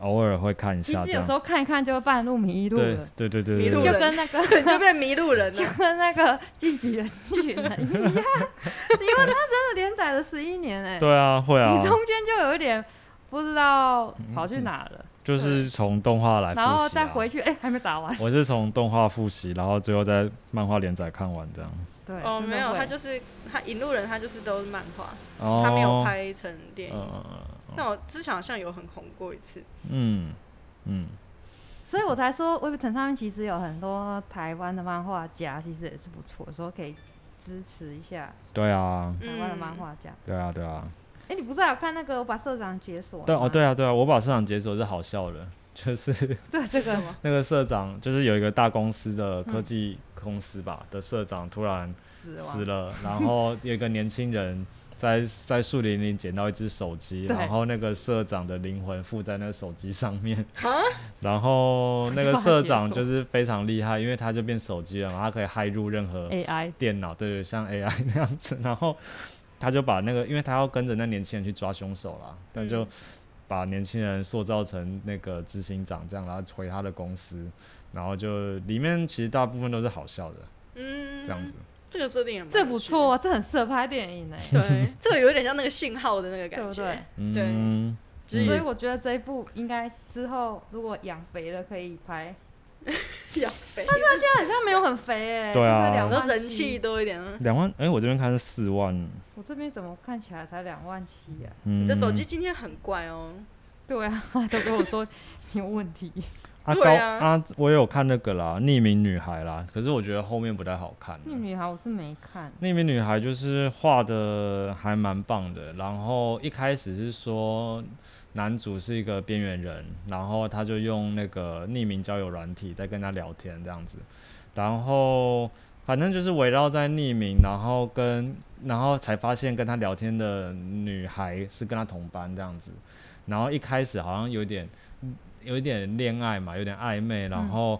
S2: 偶尔会看一
S1: 其
S2: 下
S1: 实
S2: 这
S1: 有时
S2: 样。
S1: 候看一看就会半路迷路
S2: 对
S1: 了，
S2: 对对对
S3: 迷路
S2: 对
S3: 了
S1: 就
S2: 对，
S1: 跟那个
S3: 你就变迷路人
S1: 就
S3: 了。
S1: 跟那个《进击的巨人》一样，因为它真的连载了十一年哎、
S2: 对啊，会啊
S1: 你，中间就有一点不知道跑去哪了，
S2: 就是从动画来复习、啊，
S1: 然后再回。去，哎、还没打完。
S2: 我是从动画复习，然后最后在漫画连载看完这样。
S1: 对，
S3: 哦，
S1: 真的
S3: 没有，
S1: 会
S3: 他就是他引路人，他就是都是漫画，
S2: 哦，
S3: 他没有。拍成电影。
S2: 嗯嗯
S3: 那我之前好像有很红过一次，
S2: 嗯嗯
S1: 所以我才说 Webtoon 上面其实有很多台湾的漫画家，其实也是不错，说可以支持一下
S2: 嗯，对啊，
S1: 台湾的漫画家。
S2: 对啊，对啊，
S1: 哎、你不是还有看那个我把社长解锁？
S2: 对哦，，对啊，对啊，我把市场解锁是好笑的，就是。
S1: 这这 个
S3: 么？
S2: 那个社长就是有一个大公司的科技公司吧、的社长突然
S1: 死亡
S2: 死了，然后有一个年 轻人在在树林里捡到一只手机，
S1: 对
S2: 然后那个社长的灵魂附在那个手机上面，
S3: 啊，
S2: 然后那个社长
S1: 这个好解锁
S2: 就是非常厉害，因为他就变手机了嘛，他可以骇入任何
S1: AI，
S2: 电脑，对对，像 AI 那样子，然后他就把那个，因为他要跟着那年轻人去抓凶手啦，
S1: 嗯
S2: 那就把年轻人塑造成那个执行长这样，然后回他的公司，然后就里面其实大部分都是好笑的
S3: 嗯，
S2: 这样子，
S3: 这个设定也蛮有趣
S1: 这
S3: 的
S1: 不错，啊，这很适合拍电影哎、
S3: 对，这个有点像那个信号的那
S1: 对
S3: 个感
S1: 不
S3: 觉，
S1: 对？
S2: 嗯，
S3: 对就是
S1: 所以我觉得这一部应该之后如果养肥了可以
S2: 嗯
S1: 拍，
S3: 要肥，
S1: 现在好像没有很肥哎、欸，
S2: 对啊
S1: 就才两
S3: 然后
S1: 万
S3: 人
S1: 七
S3: 气，多一点啊。
S2: 两万，哎、我这边看是四万，
S1: 我这边怎么看起来才两万七呀、
S2: 嗯，
S3: 你的手机今天很怪哦，
S1: 对 啊，都跟我说你有问题，
S2: 啊
S3: 对
S2: 高
S3: 啊
S2: 啊，我有看那个啦，匿名女孩啦，可是我觉得后面不太好看，啊
S1: 那女孩我是没看，
S2: 那名女孩就是画的还蛮棒的，然后一开始是说男主是一个边缘人，然后他就用那个匿名交友软体在跟他聊天这样子，然后反正就是围绕在匿名，然后跟然后才发现跟他聊天的女孩是跟他同班这样子，然后一开始好像有点有一点恋爱嘛，有点暧昧，然后、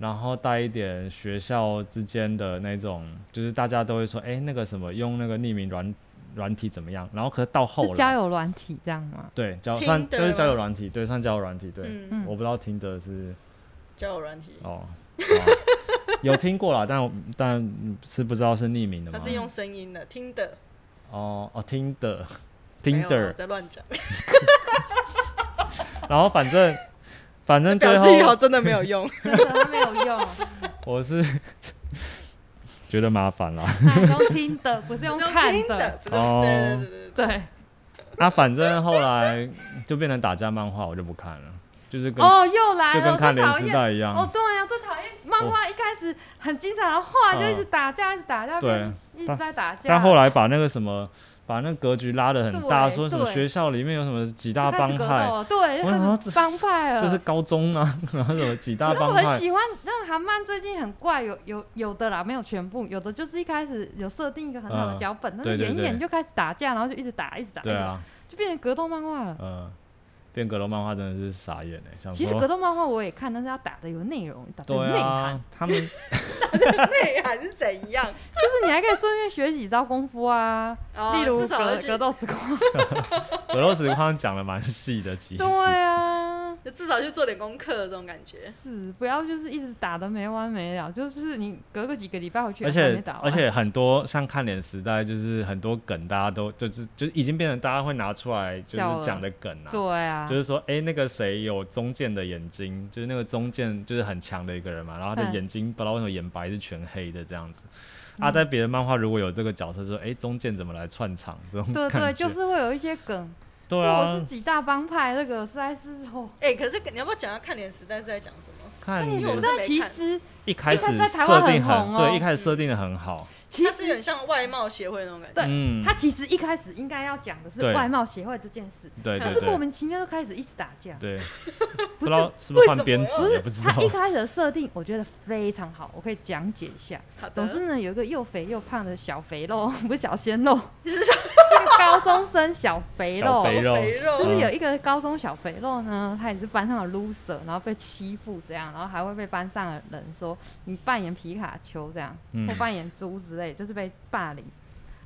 S2: 然后带一点学校之间的那种，就是大家都会说，哎、那个什么用那个匿名软软体怎么样？然后可是到后
S1: 是交
S2: 来，
S1: 友软体这样吗？
S2: 对交
S3: Tinder
S2: 算就是交友
S3: 吗
S2: 软体，对算交友软体，对，
S3: 嗯，
S1: 嗯
S2: 我不知道听的是
S3: 交友软体，
S2: 哦。好有听过啦，但我但是不知道是匿名的
S3: 它
S2: 吗？
S3: 是用声音的，听的，
S2: 哦哦，听 的，
S3: 没
S2: 听
S3: 有啊啦
S2: 的
S3: 我，在乱讲，
S2: 然后反正反正最
S3: 表示以后
S2: 后
S3: 真的没有用，
S1: 真的它没有用，
S2: 我是 觉得麻烦啦，
S1: 它用听的，不 是用
S3: 不是用
S1: 看
S3: 听
S1: 的。
S3: 的，不是，
S2: 哦
S3: 对对对对对，
S1: 对，
S2: 啊，反正后来就变成打架漫画，我就不看了，就是跟、
S1: 哦，又来
S2: 就
S1: 了，
S2: 跟
S1: 我
S2: 看
S1: 最
S2: 连
S1: 讨
S2: 时
S1: 厌。
S2: 代一样。
S1: 哦，对呀、最讨厌漫画一开始很经常，然后后来就一直打架，一直打架，
S2: 哦对
S1: 变一直在打架。
S2: 但后来把那个什么，把那格局拉得很大，
S1: 对
S2: 说什么
S1: 对
S2: 学校里面有什么几
S1: 就
S2: 大
S1: 开
S2: 帮
S1: 始格斗
S2: 派，
S1: 了，对，就
S2: 我想说
S1: 开
S2: 这
S1: 始帮派了。
S2: 这是高中啊， 然后什么几大
S1: 那
S2: 帮
S1: 我很
S2: 派，
S1: 喜欢，那韩漫最近很怪，有有有的啦，没有全部，有的就是一开始有设定一个很好的
S2: 嗯
S1: 脚本，但
S2: 对
S1: 是
S2: 对
S1: 演一
S2: 对
S1: 演就开始打架，然后就一直打，一直打，
S2: 对
S1: 一直打，
S2: 啊，
S1: 就变成格斗漫画了。
S2: 呃，变格斗漫画真的是傻眼哎、想
S1: 其实格
S2: 说
S1: 斗漫画我也看，但是要打的有内容，打的有
S2: 对
S1: 内涵，
S2: 啊，他们
S3: 内涵是怎样？
S1: 就是你还可以顺便学几招功夫啊，
S3: 哦
S1: 例如
S3: 至少
S1: 格
S3: 要去
S1: 格斗时光，
S2: 格斗时光讲的蛮细的，其实
S1: 对啊，
S3: 就至少去做点功课这种感觉。
S1: 是不要就是一直打的没完没了，就是你隔个几个礼拜回去
S2: 而
S1: 还没
S2: 且
S1: 打完，
S2: 而且很多像看脸时代，就是很多梗，大家都就是就已经变成大家会拿出来就
S1: 笑
S2: 是
S1: 了
S2: 讲的梗啊，
S1: 对啊，
S2: 就是说哎、那个谁有中间的眼睛，就是那个中间就是很强的一个人嘛，然后他的
S1: 嗯
S2: 眼睛不知道为什么眼白是全黑的这样子。啊，在别的漫画如果有这个角色说，哎、中间怎么来串场这种
S1: 对
S2: 感
S1: 对，
S2: 觉
S1: 就是会有一些梗，
S2: 对
S1: 我是
S2: 啊，
S1: 几大帮派，那个实在是哦。
S3: 哎、可是你要不要讲下看脸时代是在讲什么？
S2: 看
S1: 你
S2: 你
S3: 我
S1: 知
S3: 是
S1: 道
S3: 没
S1: 其
S3: 看
S1: 实
S2: 一开始
S1: 一开始在台
S2: 设
S1: 湾很
S2: 定
S1: 红哦
S2: 对，一开始设定的很好，
S1: 其
S3: 它是
S1: 实
S3: 有点像外貌协会那种感觉。
S1: 对
S2: 嗯，
S1: 他其实一开始应该要讲的是
S2: 对
S1: 外貌协会这件事，
S2: 对
S1: 他
S2: 对
S1: 是莫
S2: 对
S1: 名其妙就开始一直打架。
S2: 对，不
S1: 不
S2: 知
S1: 是
S2: 道是不
S3: 为
S2: 是
S3: 什
S2: 换
S3: 么
S2: 编
S3: 要
S2: 辑也不知道
S1: 他，一开始的设定我觉得非常好，我可以讲解一下。
S3: 好的
S1: 总之呢，有一个又肥又胖的小肥肉， 不是小鲜 肉，
S3: 是说
S1: 是个高中生小肥
S2: 小
S1: 肉。
S2: 肥肉
S3: 肥 肉
S1: 就是有
S2: 嗯
S1: 一个高中小肥肉呢，他也是班上的 loser，然后被欺负这样，然后还会被班上的人说你扮演皮卡丘这样，
S2: 嗯
S1: 或扮演猪之类，就是被霸凌。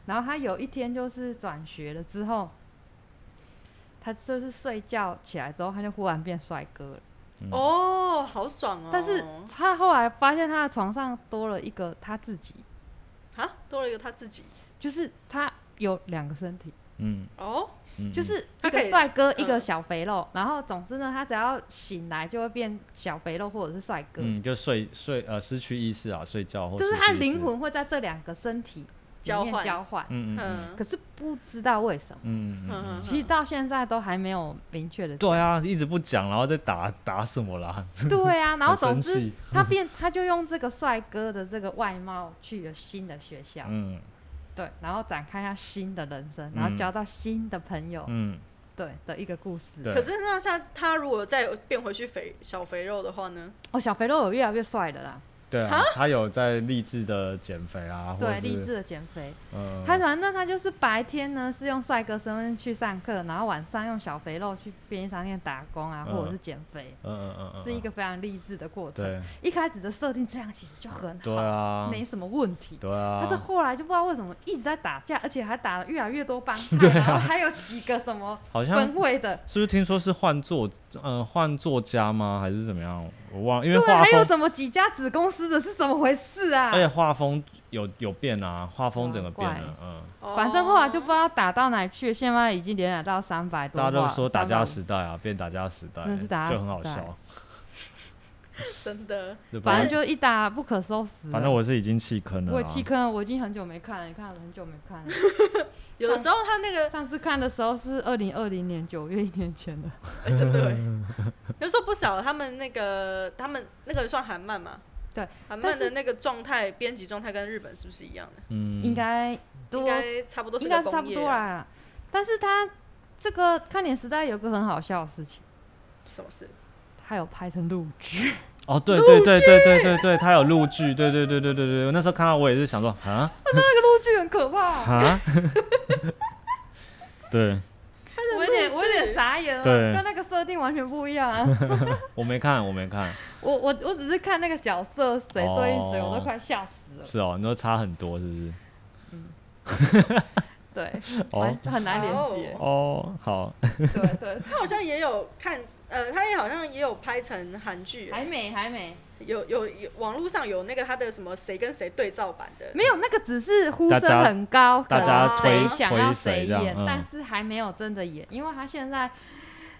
S1: 然后他有一天就是转学了之后，他就是睡觉起来之后，他就忽然变帅哥了。
S3: 哦，好爽哦！
S1: 但是他后来发现他的床上多了一个他自己，
S3: 啊，多了一个他自己
S1: 就是他有两个身体，
S2: 嗯
S3: 哦，
S2: 嗯，
S1: 就
S2: 嗯
S1: 是
S3: 他
S1: 一
S3: 可
S1: 个
S3: 以
S1: 帅哥，一个
S3: 嗯
S1: 小肥肉。然后总之呢，他只要醒来就会变小肥肉或者是帅哥，
S2: 嗯，就睡睡呃失去意识啊，睡觉或
S1: 就是
S2: 失
S1: 他
S2: 去意识
S1: 灵，魂会在这两个身体里
S3: 交
S1: 面
S3: 换
S1: 交换。
S2: 嗯嗯嗯
S3: 嗯
S1: 可是不知道为什么，
S2: 嗯嗯嗯
S3: 嗯
S2: 嗯，
S1: 其实到现在都还没有明确的。
S2: 对啊，一直不讲，然后再打打什么啦？
S1: 对 啊，然后
S2: 很生
S1: 总之
S2: 气
S1: 他变，他就用这个帅哥的这个外貌去了新的学校，
S2: 嗯
S1: 对，然后展开他新的人生，然后
S2: 嗯
S1: 交到新的朋友，
S2: 嗯，
S1: 对的一个故事。
S2: 对
S3: 可是那像他如果再变回去肥小肥肉的话呢？
S1: 哦，小肥肉有越来越帅的啦，
S2: 对啊，他有在励志的减肥啊，或
S1: 对，
S2: 者
S1: 励
S2: 是
S1: 志的减肥。
S2: 嗯，
S1: 他反正他就是白天呢是用帅哥身份去上课，然后晚上用小肥肉去便利商店打工啊，
S2: 嗯
S1: 或者是减肥，
S2: 嗯嗯嗯嗯，
S1: 是一个非常励志的过程。
S2: 对
S1: 一开始的设定这样其实就很好，
S2: 对啊，
S1: 没什么问题。
S2: 对啊，
S1: 但是后来就不知道为什么一直在打架，而且还打了越来越多帮派，
S2: 对啊
S1: 然后还有几个什么
S2: 好像
S1: 分会的，
S2: 是不是听说是换作呃换作家吗？还是怎么样？我忘了，因为哎
S1: 对，啊
S2: 画
S1: 还有
S2: 风，
S1: 什么几家子公司的是怎么回事啊？
S2: 而且画风有有变啊，画风整个变
S1: 难
S2: 了，嗯，
S1: 反正后来就不
S3: 哦
S1: 知道打到哪里去，现在已经连载到三百多
S2: 大
S1: 话。
S2: 家都说打架
S1: 350
S2: 时代啊，变打架时代，
S1: 真的是打架
S2: 就很好
S1: 时代
S2: 笑，
S3: 真的
S2: 对吧
S1: 反？正就一打不可收拾了。
S2: 反正我是已经弃坑了啊，
S1: 我也弃坑了，我已经很久没看了，你看很久没看了。
S3: 有的时候他那个
S1: 上次看的时候是二零二零年九月，一年前的。
S3: 哎真 的欸，有时候不少他们那个他们那个算韩漫嘛？
S1: 对，
S3: 韩
S1: 但
S3: 漫
S1: 是
S3: 的那个状态编辑状态跟日本是不是一样的？
S2: 嗯，
S1: 应该多
S3: 应该差不多是
S1: 应该
S3: 个工业
S1: 差
S3: 啊，
S1: 不多啦。但是他这个看脸时代有个很好笑的事情，
S3: 什么事？
S1: 他有拍成录剧，
S2: 哦，对对对对对对对，他有录剧，对对对对对对，我那时候看到我也是想说啊
S1: 那个录剧很可怕，
S2: 啊， 对
S1: 我有点我有点傻眼了，
S2: 对
S1: 跟那个设定完全不一样 啊。
S2: 我没看我没看，
S1: 我我我只是看那个角色谁对应谁，
S2: 哦
S1: 我都快吓死了。
S2: 是哦，你说差很多是不是？
S1: 对，
S2: 哦
S1: 完很难连接。
S2: 哦，好，
S1: 对对，
S3: 他好像也有看，呃，他也好像也有拍成韩剧，
S1: 还没还没。
S3: 有有有网络上有那个他的什么谁跟谁对照版的，
S1: 没有，那个只是呼
S2: 大家
S1: 声很高，
S2: 大家
S1: 可
S3: 推
S1: 能谁想要谁
S2: 推谁这样
S1: 演，
S2: 嗯
S1: 但是还没有真的演，因为他现在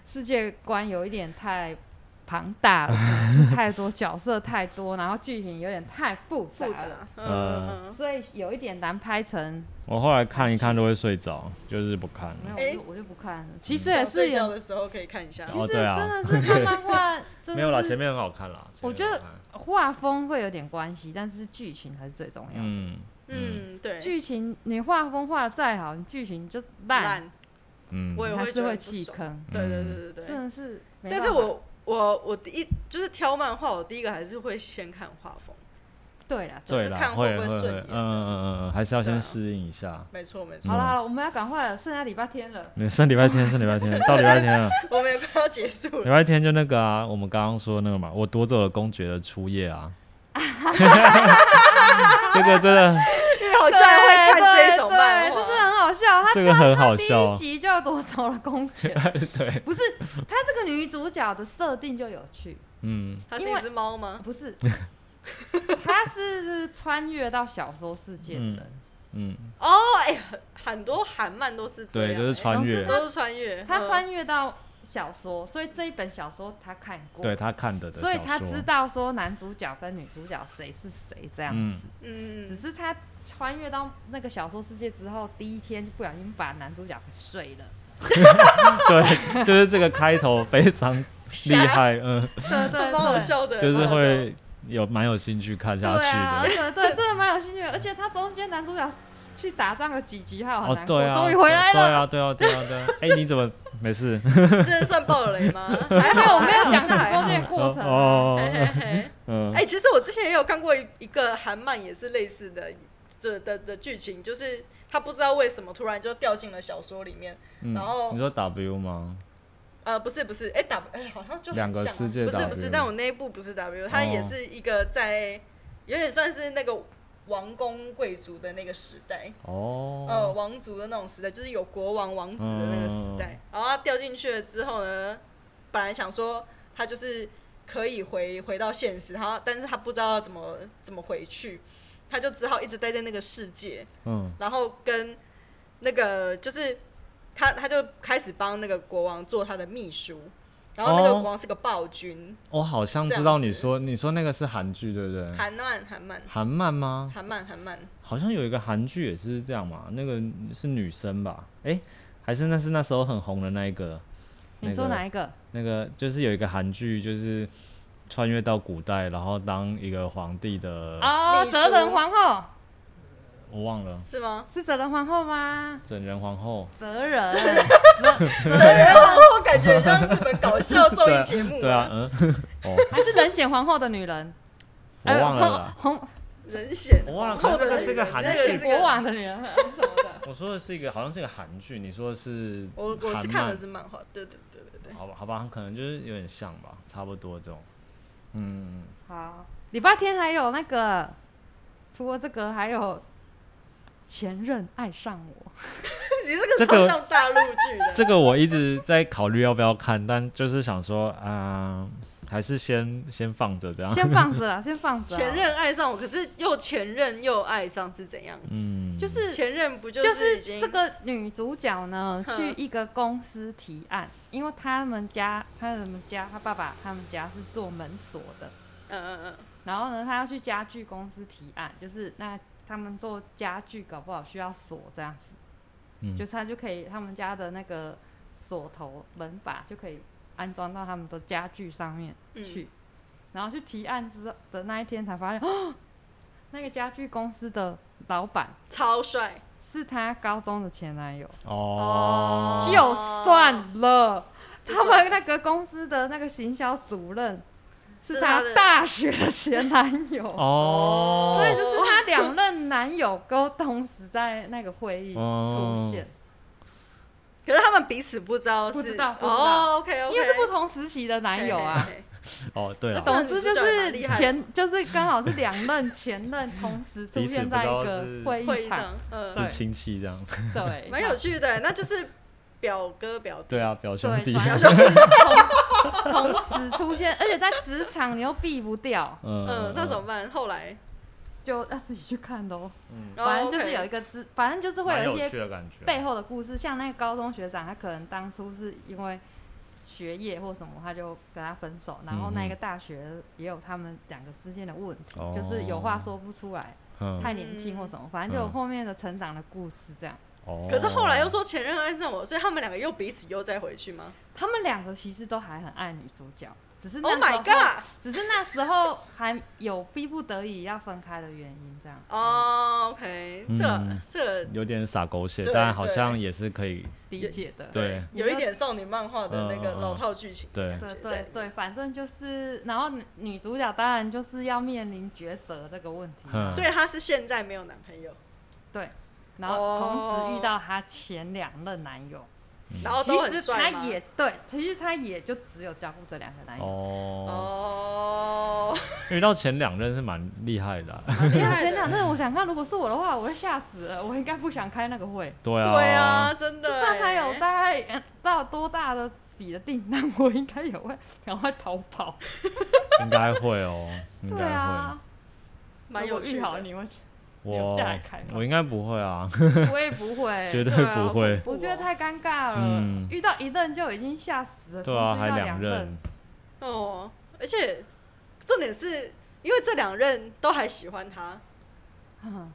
S1: 世界观有一点太庞大了， 组织太多角色太多，然后剧情有点太复杂
S3: 复
S1: 了，
S2: 呃
S3: 杂，嗯，
S1: 所以有一点难拍成。
S2: 我后来看一看都会睡着，就是不看了。
S1: 没有，我就
S3: 诶
S1: 我就不看了。其实
S3: 想
S1: 也是
S3: 睡觉
S1: 有，
S3: 的时候可以看一下，
S1: 其
S2: 哦
S1: 实
S2: 对啊
S1: 真的是看漫 画，真
S2: 没有啦，
S1: 的
S2: 前
S1: 是
S2: 面很好看啦。
S1: 我
S2: 前面很
S1: 觉
S2: 好看
S1: 画风会有点关系，但是剧情还是最重要的。
S2: 嗯嗯
S3: 嗯，对，
S1: 剧情你画风画的再好，你剧情就烂，
S3: 烂，
S2: 嗯，
S3: 我也
S1: 你还
S3: 会
S1: 是
S3: 觉得
S1: 会
S3: 很
S1: 弃
S3: 不爽，
S1: 坑。
S3: 对对对对对，
S1: 真的是没办
S3: 但
S1: 法，
S3: 是我我我第一就是挑漫画，我第一个还是会先看画风，
S1: 对啦，
S3: 就是
S2: 对啦，
S3: 看
S2: 会
S3: 会不会顺
S2: 会，
S3: 眼
S2: 嗯嗯嗯嗯，还是要
S3: 对啊
S2: 先适应一下。
S3: 没错没错，
S1: 好了好了，我们要赶快了，剩下礼拜天了。
S2: 没有上礼拜天，上礼拜天，到礼拜天了。
S3: 我们也快要结束
S2: 礼
S3: 了，
S2: 拜天就那个啊，我们刚刚说那个嘛，我夺走了公爵的初 夜啊。这个真的，
S3: 因为我居然会看这种漫
S1: 对对这真的
S3: 画，
S1: 很好笑。他
S2: 这个很好
S1: 第
S2: 笑
S1: 一。集就夺走了公爵，
S2: 对，
S1: 不是他这个女主角的设定就有趣，
S2: 嗯，
S3: 它是一只猫吗？
S1: 不是，她是穿越到小说世界的人，
S2: 嗯，
S3: 哦，哎、很多韩漫都是这
S2: 对，
S3: 样、
S1: 啊
S2: 就是
S3: 哎
S2: 穿越
S1: 总之，
S3: 都是穿越，
S1: 她
S3: 嗯
S1: 穿越到小说，所以这一本小说她看过，
S2: 对他看的的
S1: 所以她
S2: 小
S1: 知
S2: 说，
S1: 道说男主角跟女主角谁是谁这样子。
S2: 嗯
S1: 只
S3: 嗯，
S1: 是他穿越到那个小说世界之后，第一天就不小心把男主角给睡了，
S2: 对，就是这个开头 非常厉害，嗯，
S1: 对对
S3: 蛮好
S1: 对。
S3: 笑的，
S2: 就是
S3: 蛮好笑的
S2: 会有蛮有兴趣看下去
S1: 对啊，而
S2: 的。
S1: 且对这个蛮有兴趣的，而且他中间男主角去打仗了几集，还有很
S2: 哦
S1: 难，过，
S2: 对啊，
S1: 终于回来
S2: 对
S1: 了。
S2: 啊，对啊，对啊， 对啊。哎，你怎么没事？
S3: 这算爆雷吗？
S1: 而
S3: 还
S1: 且
S3: 好
S1: 我没有讲
S3: 这
S1: 很
S3: 还
S1: 多
S3: 好
S1: 这个过程啊，
S2: 哦，
S3: 嘿嘿嘿
S2: 嗯
S3: 哎、，其实我之前也有看过一个韩漫，也是类似的这的的剧情，就是他不知道为什么突然就掉进了小说里面。
S2: 嗯
S3: 然后
S2: 你说 W 吗？
S3: 呃，不是不是，哎、打哎、好像就很
S2: 两个
S3: 像啊
S2: 世界
S3: 不是
S2: W
S3: 不是，但我那一部不是 W，它
S2: 哦
S3: 也是一个在、有点算是那个王公贵族的那个时代。呃，
S2: 哦，
S3: 王族的那种时代，就是有国王、王子的那个时代。哦然后他掉进去了之后呢，嗯本来想说他就是可以回回到现实，然后但是他不知道怎么怎么回去，他就只好一直待在那个世界，
S2: 嗯，
S3: 然后跟那个就是他他就开始帮那个国王做他的秘书，然后那个
S2: 哦
S3: 国王是个暴君，
S2: 我好像知道你说，你说那个是韩剧对不对？
S3: 韩漫韩漫
S2: 韩漫吗？
S3: 韩漫韩漫，
S2: 好像有一个韩剧也是这样嘛，那个是女生吧？哎、还是那是那时候很红的那一个？
S1: 你说哪
S2: 一
S1: 一个？
S2: 那个就是有一个韩剧，就是穿越到古代，然后当一个皇帝的，
S1: 哦，
S3: 秘书
S1: 哲仁皇后
S2: 我忘了，
S3: 是吗？
S1: 是哲仁皇后吗？
S2: 整人皇后。
S1: 哲仁，
S3: 真人皇后感觉像日本搞笑综艺节 目、
S2: 对啊，，嗯，哦，
S1: 还是人显皇后的女 人？
S2: 我忘了啦。
S1: 红红
S3: 人选
S2: 我忘了
S3: 哎
S2: 可是
S3: 后的
S2: 那个是个韩
S3: 那
S2: 剧
S3: 个
S1: 人
S3: 是
S1: 显
S3: 个
S1: 国王的女人什么的。
S2: 我说的是一个，好像是一个韩剧，你说的是
S3: 我我
S2: 韩
S3: 是看
S2: 漫
S3: 的是漫画，对对对对对。
S2: 好吧，好吧，可能就是有点像吧，差不多这种。嗯，
S1: 好，礼拜天还有那个，除了这个还有前任爱上我，
S3: 你这
S2: 这
S3: 个超
S2: 个
S3: 像大陆剧的，
S2: 这个我一直在考虑要不要看，但就是想说，啊、还是先先放着这样。
S1: 先放着啦，先放着啦。
S3: 前任爱上我，可是又前任又爱上是怎样？
S2: 嗯，
S1: 就是
S3: 前任不就
S1: 就是
S3: 已经嗯
S1: 这个女主角呢，
S3: 哼
S1: 去一个公司提案，因为他们家、他们家、他爸爸他们家是做门锁的，
S3: 嗯嗯嗯
S1: 然后呢，他要去家具公司提案，就是那他们做家具，搞不好需要锁这样子，
S2: 嗯
S1: 就是他就可以他们家的那个锁头门把就可以安装到他们的家具上面
S3: 嗯
S1: 去，然后去提案之后的那一天才发现，哦，那个家具公司的老板
S3: 超帅，
S1: 是她高中的前男友。
S2: 哦，
S3: 哦
S1: 就算了，
S3: 就
S1: 他
S3: 算
S1: 们那个公司的那个行销主任是
S3: 是
S1: 他
S3: 他的
S1: 大学的前男 友，
S2: 哦，
S1: 所以就是他两任男友都同时在那个会议出现，
S3: 可是他们彼此不知道是
S1: 不知道不知道
S3: 哦，OK 哎 OK，
S1: 因为是不同时期的男友啊。
S2: 哦，对了
S3: 那，
S1: 总之就是
S3: 这样子就觉得蛮厉害的
S1: 前就是刚好是两任前任同时出现在一个会
S3: 会
S1: 议
S3: 议
S1: 场，
S3: 上，嗯，
S1: 对
S2: 是亲戚这样。
S1: 对，
S3: 蛮有趣的，那就是表哥表弟，
S2: 对啊，表兄弟
S1: 对，，反正同 同时出现，而且在职场你又避不掉，
S2: 嗯
S3: 嗯，那怎么办？后来
S1: 就 要自己去看喽。
S2: 嗯，
S1: 反
S3: 哦
S1: 正就是有一
S3: 一
S1: 个知，反正就是会
S2: 蛮
S1: 有一
S2: 有
S1: 些
S2: 趣的感觉。
S1: 背后的故事，像那个高中学长，他可能当初是因为学业或什么，他就跟他分手，然后
S2: 嗯哼
S1: 那个大学也有他们两个之间的问题，
S2: 哦
S1: 就是有话说不出来，
S2: 嗯，
S1: 太年轻或什么，反正就有
S2: 嗯
S1: 后面的成长的故事这样。
S2: 哦，
S3: 可是后来又说前任爱上我，所以他们两个又彼此又再回去吗
S1: 他们两个其实都还很爱女主角，只是那
S3: ？Oh
S1: 时候
S3: my god！
S1: 只是那时候还有逼不得已要分开的原因这样。
S3: 哦，OK，
S2: 嗯
S3: 这这
S2: 有点撒狗血，
S3: 对
S2: 但好像也是可以，
S1: 理解的。
S2: 对嗯
S3: 有一点少女漫画的那个老套剧情。
S2: 对，
S1: 对
S3: 决在
S1: 对
S3: 里
S1: 对，反正就是，然后女女主角当然就是要面临抉择这个问题，
S2: 嗯
S3: 所以她是现在没有男朋友，
S1: 对，然后同时遇到她前两任男友，
S2: 嗯
S3: 然后
S1: 其
S3: 哦都很
S1: 实
S3: 帅吗
S1: 她也对，其实她也就只有交过这两个男友，
S2: 哦，
S3: 哦，
S2: 遇到前两任是蛮厉害的啊，
S3: 蛮厉
S1: 因为
S3: 害
S1: 前两
S3: 的。
S1: 任我想看，如果是我的话，我会吓死了，我应该不想开那个会，
S2: 对啊，
S3: 对啊，，真
S1: 就
S3: 的欸。
S1: 算他有大概呃到多大的笔的订单，我应该也会赶快逃跑，
S2: 应该会 哦，应
S1: 对
S2: 该会
S1: 啊。，
S3: 蛮
S1: 如
S3: 有
S1: 果
S3: 趣
S1: 遇好
S3: 的。
S1: 你会，留
S2: 我
S1: 下来开吗
S2: 我应该不会啊，
S1: 我也不会，
S2: 绝对
S3: 对啊
S2: 不会。
S1: 我觉得太尴尬了，
S2: 嗯
S1: 遇到一任就已经吓死了，
S2: 对啊，
S1: 同时遇
S2: 还
S1: 到
S2: 两
S1: 任
S2: 任，，
S3: 哦，而且重点是因为这两任都还喜欢他，
S1: 嗯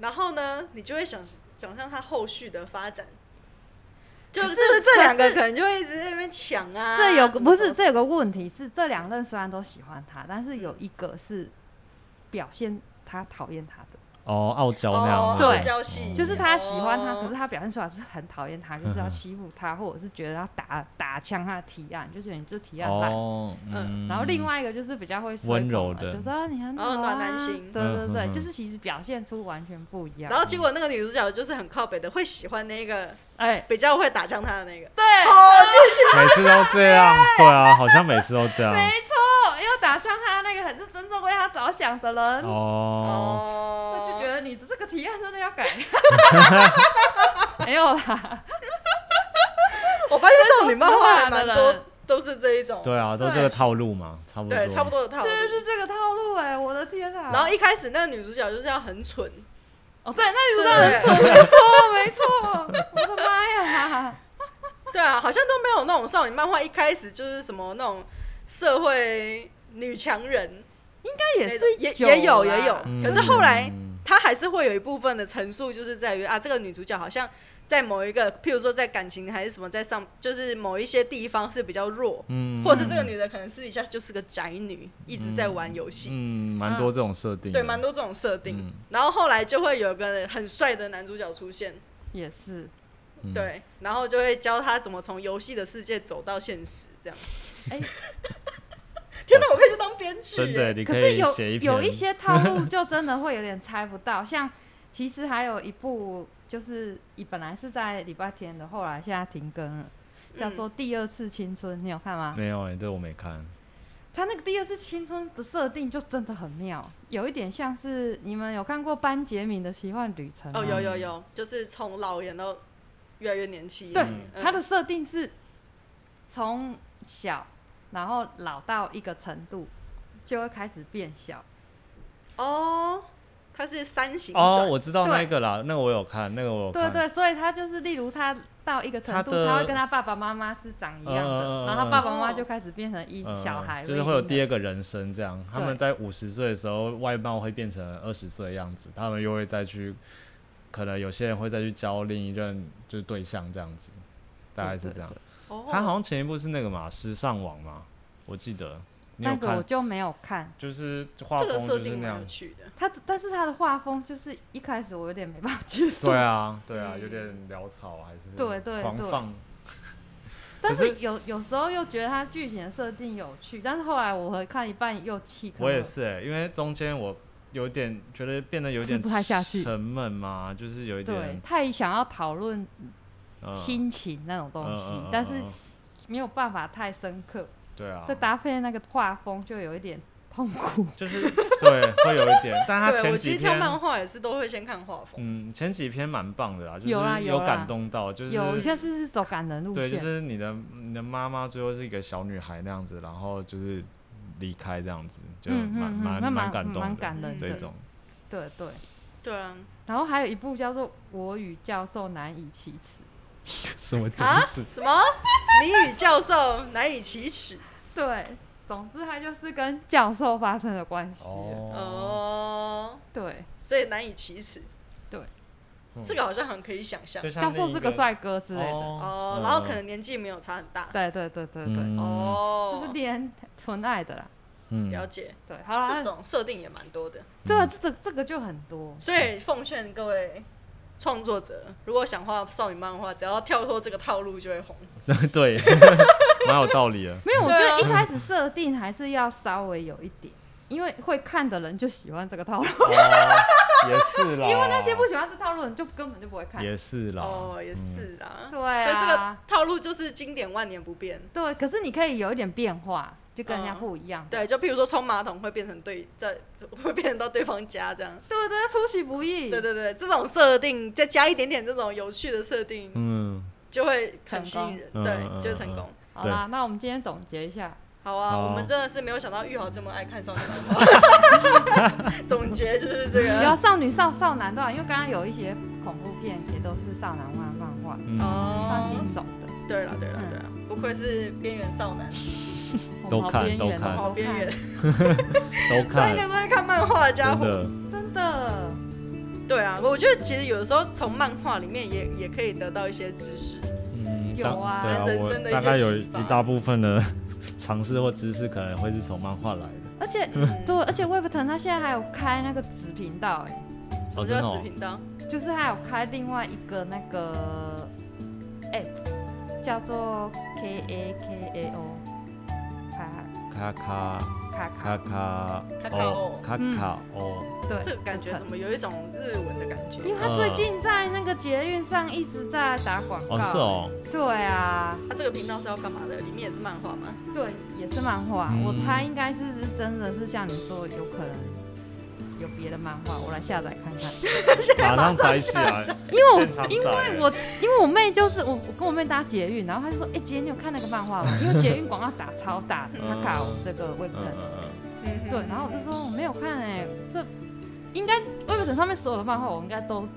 S3: 然后呢，你就会想想象他后续的发展。就是
S1: 是
S3: 这这两
S1: 可
S3: 个
S1: 是
S3: 可能就会一直在那边抢啊。
S1: 这有
S3: 什么
S1: 不
S3: 什
S1: 是
S3: 么
S1: 这有个问题是这两任虽然都喜欢他，但是有一个是表现他讨厌他的，
S2: 哦，傲娇那样
S3: 哦
S2: 吗，
S1: 对
S3: 傲娇系
S2: 嗯
S1: 就是他喜欢他，
S3: 哦
S1: 可是他表现出来是很讨厌他，就是
S2: 嗯
S1: 要
S2: 哼
S1: 欺负他，或者是觉得要打打枪他的提案，就觉得你这提案烂。
S2: 哦，嗯，
S1: 然后另外一个就是比较会吹捧
S2: 温柔
S1: 嘛
S2: 的
S1: 就说啊你很好
S3: 哦
S1: 啊，
S3: 暖男型
S1: 对对
S2: 嗯嗯
S1: 对，
S2: 嗯
S1: 就是其实表现出完全不一样。
S3: 然后结果那个女主角就是很靠北的，会喜欢那 个
S1: 哎，
S3: 比较会打枪她的那个。
S1: 对，
S3: 哦，就是
S2: 每次都这 样，对啊，好像每次都这样，
S1: 没错，因为打枪他那个很是真正为他着想的人，
S2: 哦，
S1: 所以
S3: 哦
S1: 就觉得你这个提案真的要 改。没有啦，
S3: 我发现这种女漫画还蛮
S1: 这是说实话的
S3: 多
S1: 人
S3: 都是这一种，
S2: 对啊，都这个套路嘛，差不多，
S3: 对，差不多的套路。
S1: 就是这个套路哎，我的天啊！
S3: 然后一开始那个女主角就是要很蠢，
S1: 哦，对，那
S3: 对
S1: 你知道很
S3: 不
S1: 准，
S3: 对？
S1: 没错没错，我的妈呀！
S3: 对啊，好像都没有那种少女漫画一开始就是什么那种社会女强人，
S1: 那也
S3: 那
S1: 是
S3: 种也
S1: 有
S3: 也有
S1: 啦
S3: 也有
S2: 嗯，
S3: 可是后来她还是会有一部分的陈述，就是在于啊，这个女主角好像在某一个，譬如说在感情还是什么，在上就是某一些地方是比较弱，
S2: 嗯，
S3: 或者是这个女的可能私底下就是个宅女，一直在玩游戏，
S2: 嗯，蛮多这种设定的，
S3: 对，蛮多这种设定。
S2: 嗯
S3: 然后后来就会有个很帅的男主角出现，
S1: 也是，
S2: 嗯，
S3: 对，然后就会教他怎么从游戏的世界走到现实，这样。
S1: 哎
S3: 天哪，我可以去当编剧
S2: 真
S3: 耶，
S2: 的，你
S1: 可
S2: 以
S1: 是
S2: 写
S1: 有
S2: 篇
S1: 有一些套路就真的会有点猜不到，像其实还有一部就是你本来是在礼拜天的，后来现在停更了，
S3: 嗯
S1: 叫做《第二次青春》，你有看吗？
S2: 没有哎，这我没看，
S1: 他那个《第二次青春》的设定就真的很妙，有一点像是你们有看过班杰明的奇幻旅程
S2: 嗯
S1: 吗？
S3: 哦，有有有，就是从老演到越来越年轻。
S1: 对
S3: 嗯
S1: 它的设定是从小，然后老到一个程度，就会开始变小。
S3: 哦，它是三型
S2: 哦，
S3: 转
S2: 我知道那
S1: 对
S2: 个啦，那个我有看，那个我有
S1: 对
S2: 哦看，
S1: 对，所以他就是，例如他到一个程度，
S2: 他的
S1: 他会跟他爸爸妈妈是长一样
S2: 嗯嗯嗯
S1: 的，
S2: 嗯
S1: 然后他爸爸妈妈就开始变成一
S2: 嗯
S1: 小孩，
S2: 就是会有第
S1: 二，
S2: 二个人生这样。他们在五十岁的时候，外貌会变成二十岁的样子，他们又会再去，可能有些人会再去交另一任就是对象这样子，大概是这样。
S3: 哦，
S2: 他好像前一部是那个嘛，时尚网嘛，我记得你有
S1: 那个我
S2: 看，
S1: 就没有看
S2: 就是画风
S3: 这个设
S2: 就是
S3: 定
S2: 那
S3: 蛮
S2: 样
S3: 有。趣的。
S1: 他，但是他的画风就是一开始我有点没办法接受，
S2: 对啊，对啊，
S3: 嗯
S2: 有点潦草还是
S1: 对对
S2: 狂
S1: 对
S2: 放，
S1: 但
S2: 可是
S1: 是有有时候又觉得他剧情的设定有趣，但是后来我会看一半又弃坑了。
S2: 我也是哎、因为中间我有点觉得变得有
S1: 吃
S2: 点
S1: 不太下去
S2: 沉闷嘛，就是有一
S1: 对
S2: 点，
S1: 太想要讨论
S2: 嗯
S1: 亲情那种东西，
S2: 嗯嗯嗯
S1: 但是
S2: 嗯
S1: 没有办法太深刻，
S2: 对啊，
S1: 再搭配那个画风就有一点痛苦。
S2: 就是对，会有一点，但 他
S3: 对
S2: 前
S3: 我其
S2: 几
S3: 实挑
S2: 篇，
S3: 漫画也是都会先看画风。
S2: 嗯，前几篇蛮棒的啦，啊就是
S1: 有啦有啦
S2: 感动到，就是
S1: 有些是是走感人路
S2: 对，
S1: 线，
S2: 就是你的你的妈妈最后是一个小女孩那样子，然后就是离开这样子，就
S1: 嗯
S2: 蛮
S1: 嗯嗯
S2: 蛮
S1: 那蛮
S2: 感动
S1: 蛮
S2: 的
S1: 感
S3: 人
S2: 这
S3: 的
S2: 种，
S1: 对对。
S3: 对啊，
S1: 然后还有一部叫做《我与教授难以启齿
S2: 什么东
S3: 啊
S2: 西？
S3: 什么？你与教授难以启齿》，
S1: 对，总之它就是跟教授发生的关系了、
S2: 哦，
S3: 哦，
S1: 对，
S3: 所以难以启齿。
S1: 对
S2: 嗯
S3: 这个好像很可以想象
S2: 就像
S1: 教授是
S2: 那一
S1: 个
S2: 个
S1: 帅哥之类的，
S2: 嗯
S3: 哦，然后可能年纪没有差很大。
S1: 对对对对对，
S2: 哦，
S3: 哦，
S1: 这是恋纯爱的啦。
S2: 嗯
S3: 了解，
S1: 对，好啊啦，
S3: 这种设定也蛮多的。
S1: 这个这个这个就很多，
S3: 所以奉劝各位创作者，如果想画少女漫画，只要跳脱这个套路就会红。
S2: 嗯 对，蛮有道理的，
S1: 没有，我
S3: 对
S1: 觉
S3: 啊
S1: 得一开始设定还是要稍微有一点，因为会看的人就喜欢这个 套路，
S2: 哦也是啦，
S1: 因为那些不喜欢这套路的人就根本就不会看。
S2: 啊也是啦，
S3: 哦，也
S2: 嗯
S3: 是啊。
S1: 对
S3: 所以这个
S1: 啊，
S3: 套路就是经典万年不变。
S1: 对，可是你可以有一点变化，就跟人家
S3: 嗯
S1: 不一样。
S3: 对，就譬如说冲马桶会变成对，在会变成到对方家这样。
S1: 对对，出其不意。
S3: 对对对，这种设定再加一点点这种有趣的设定，
S2: 嗯。
S3: 就会很吸引人。
S2: 成功嗯嗯
S3: 对，
S2: 嗯
S3: 就会成
S2: 嗯
S3: 功。
S1: 好啦，那我们今天总结一下，
S3: 好啊，
S2: 好
S3: 我们真的是没有想到玉豪这么爱看少女漫画。 总结就是这
S1: 有啊
S3: 个。
S1: 少女少少男对吧？因为刚刚有一些恐怖片也都是少男漫漫画，
S2: 嗯
S1: 蛮惊
S3: 哦，
S1: 悚的，
S3: 对了对了对了，不愧是边缘少男。
S2: 都
S1: 我们好
S2: 看
S1: 边
S2: 都
S1: 缘
S2: 看
S1: 哦
S3: 好
S1: 都
S3: 边缘，
S2: 都
S3: 三
S2: 嗯看
S3: 个，都在看漫画的家
S2: 真
S3: 伙。
S2: 的，
S1: 真的。
S3: 对啊，我觉得其实有的时候从漫画里面也也可以得到一些知识，
S2: 嗯嗯，
S1: 有啊
S2: 大对啊，
S3: 人生的
S2: 我
S3: 一些
S2: 大概有
S3: 启发
S2: 一大部分的 尝试或知识可能会是从漫画来的。
S1: 而且
S3: 嗯
S1: 对，而且 Web 腾它现在还有开那个子频道、哎，
S3: 什
S2: 哦，
S3: 么
S2: 真的
S3: 叫子
S2: 哦，
S3: 频道？
S1: 就是还有开另外一个那个 App，叫做 K A K A O，卡
S2: 咔咔
S1: 卡
S2: 咔
S1: 卡，
S2: 咔
S3: 咔咔
S2: 哦
S3: 哦，
S2: 咔
S1: 嗯
S2: 咔哦，
S1: 对，
S3: 这感觉怎么有一种日文的感觉？
S1: 因为
S2: 呃
S1: 他最近在那个捷运上一直在打广告。
S2: 哦是。哦，
S1: 对啊，
S3: 它这个频道是要干嘛的？里面也是漫画吗？
S1: 对，也是漫画。
S2: 嗯
S1: 我猜应该是真的是像你说，有可能有别的漫画，我来下载看看。
S2: 马上摘起来，
S1: 因为我
S2: 现场
S1: 因
S2: 宰
S1: 为我因为我妹就是我我跟我妹搭捷运，然后她就说：“哎、姐，你有看那个漫画吗？”因为捷运广告打超大的，
S2: 嗯
S1: 她卡这个 Web
S2: 嗯
S1: 腾、
S2: 嗯嗯，
S3: 嗯哼，
S1: 对，然后我就说我没有看哎、这应该 Web 腾上面所有的漫画我应该都知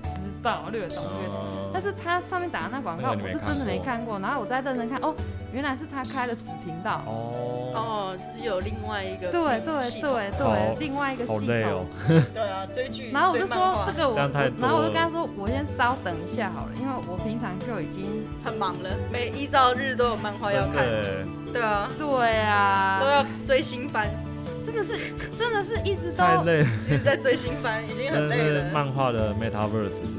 S1: 道略懂略懂。
S2: 嗯
S1: 但是他上面打的那广告，
S2: 那
S1: 我
S2: 个你没
S1: 是真的没看过。然后我再认真看，哦，原来是他开了子频道。
S2: 哦，
S3: 哦，就是有另外一个
S1: 对
S3: 系
S1: 对
S3: 统
S1: 对
S2: 好
S1: 对，另外一个
S2: 好
S1: 系
S2: 累哦
S1: 统。，
S3: 对啊，追剧，
S1: 然后我就
S3: 追漫
S1: 说
S3: 画
S1: 这个我，
S2: 这样太
S1: 我然后我就
S2: 多了
S1: 跟他说，我先稍等一下好了，因为我平常就已经
S3: 很忙了，每依照日都有漫画要
S2: 真
S3: 看，
S2: 的耶
S3: 对啊，
S1: 对
S3: 都
S1: 啊，
S3: 要追新番，
S1: 真的是真的是一直都
S2: 太累了，
S3: 一直在追新番，已经
S2: 真
S3: 很
S2: 的
S3: 累
S2: 是
S3: 了。
S2: 漫哎画的 Metaverse 是不是？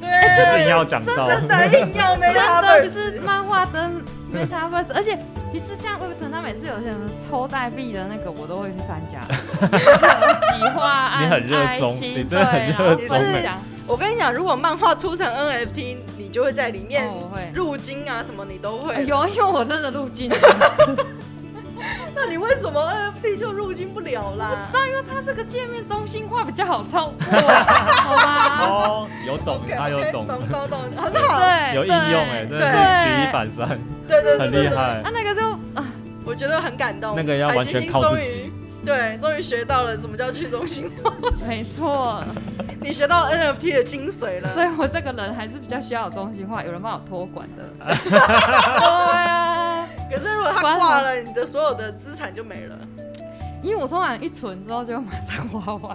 S3: 对，
S2: 硬要讲到，
S3: 真的硬要没他
S1: 真
S3: 们
S1: 的是漫画跟 MetaVerse，而且其实像 Web 腾，他每次有些人抽代币的那个，我都会去参 加。企划案，
S2: 你很热衷
S1: 爱心
S2: 你真的很
S1: 对然啊后
S2: 热
S3: 衷
S1: 分
S3: 欸
S1: 享
S3: 我跟你讲，如果漫画出成 NFT，你就会在里面
S1: 哦我会
S3: 入金啊什么，你都
S1: 哎
S3: 会。
S1: 有，因为我真的入境了，
S3: 那你为什么 NFT 就入金不了啦？
S1: 那因为它这个界面中心化比较好操作，啊 好吧？
S2: 哦，有懂，
S3: OK，OK，
S2: 他有懂，
S3: 啊懂懂 懂，很好。
S1: 对，
S2: 有应用哎，真
S1: 对
S2: 的是举一反三，
S3: 对对对
S2: 很
S3: 对
S2: 厉
S3: 对，
S2: 害
S1: 啊，。那个就啊，
S3: 我觉得很感动。
S2: 那个要完全靠自己
S3: 海星星终于。对，终于学到了什么叫去中心 化，
S1: 没错，
S3: 你学到 NFT 的精髓
S1: 所
S3: 了。
S1: 以我这个人还是比较需要有中心化，有人帮我托管的。 对啊。
S3: 可是如果它
S1: 关了
S3: 挂了，你的所有的资产就没了。
S1: 因为我通常一存之后就马上花完，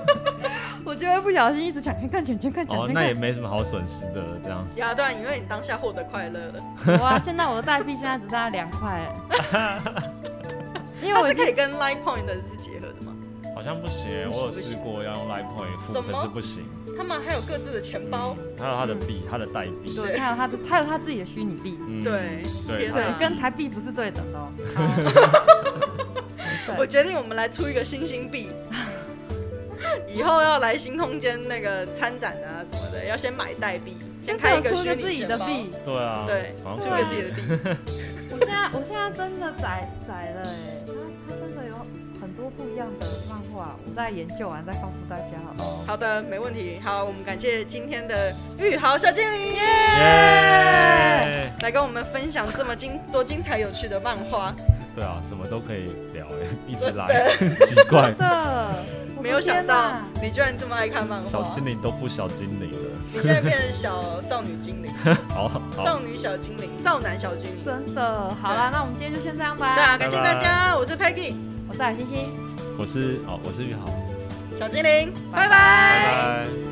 S1: 我就会不小心一直想看看钱钱看钱
S2: 哦，
S1: 钱
S2: 那也
S1: 看。
S2: 没什么好损失的，这样。
S3: 呀，对啊，因为你当下获得快乐了，
S1: 哇，现在我的代币现在只剩下两块 了，因为
S3: 它
S1: 我已
S3: 是哦可
S1: 经
S3: 以跟 Line Point 的是结合的吗？
S2: 好像不行欸，我有试过要用 Line Point 付，
S3: 什么
S2: 可是不行。
S3: 他们还有各自的钱包。
S2: 还有它的币，它的代币。
S1: 对，还有他的，还有他自己的虚拟币，
S2: 嗯
S3: 对
S2: 对，
S3: 天
S2: 它
S1: 对
S3: 哪，
S1: 跟台币不是对等 的哦。
S3: 我决定我们来出一个星星币， 以后要来新空间那个参展啊什么的，要先买代币，先开一
S1: 给
S3: 个
S1: 我出
S3: 虚
S1: 个
S3: 拟
S1: 自己
S3: 钱
S1: 的
S3: 包
S1: 币，
S2: 对啊，
S3: 对，
S2: 好
S3: 出
S2: 像
S3: 一个
S2: 可
S3: 自己
S2: 以
S3: 的。币，
S1: 我现在我现在真的宰宰了哎，他他真的有很多不一样的漫画，我再研究完再告诉大家好了。
S2: 好，
S3: 好的，没问题。好，我们感谢今天的玉豪小精灵
S2: 耶！
S3: 来跟我们分享这么精多精彩有趣的漫画，
S2: 对啊，什么都可以聊 欸，一直来，奇怪
S1: 真，的，我的
S3: 没有想
S1: 天
S3: 到
S1: 哪
S3: 你居然这么爱看漫
S2: 小
S3: 画，
S2: 精灵都不小精灵了。
S3: 你现在变成小少女精灵，
S2: 好好，
S3: 少女小精灵，少男小精灵。
S1: 真的，好啦，那我们今天就先这样吧。
S3: 对啊，感谢
S2: 拜
S3: 大
S2: 拜
S3: 家，我是 Peggy
S1: 我是海星星。
S2: 我是哦，我是玉豪，
S3: 小精灵，拜
S1: 拜拜
S2: 拜拜。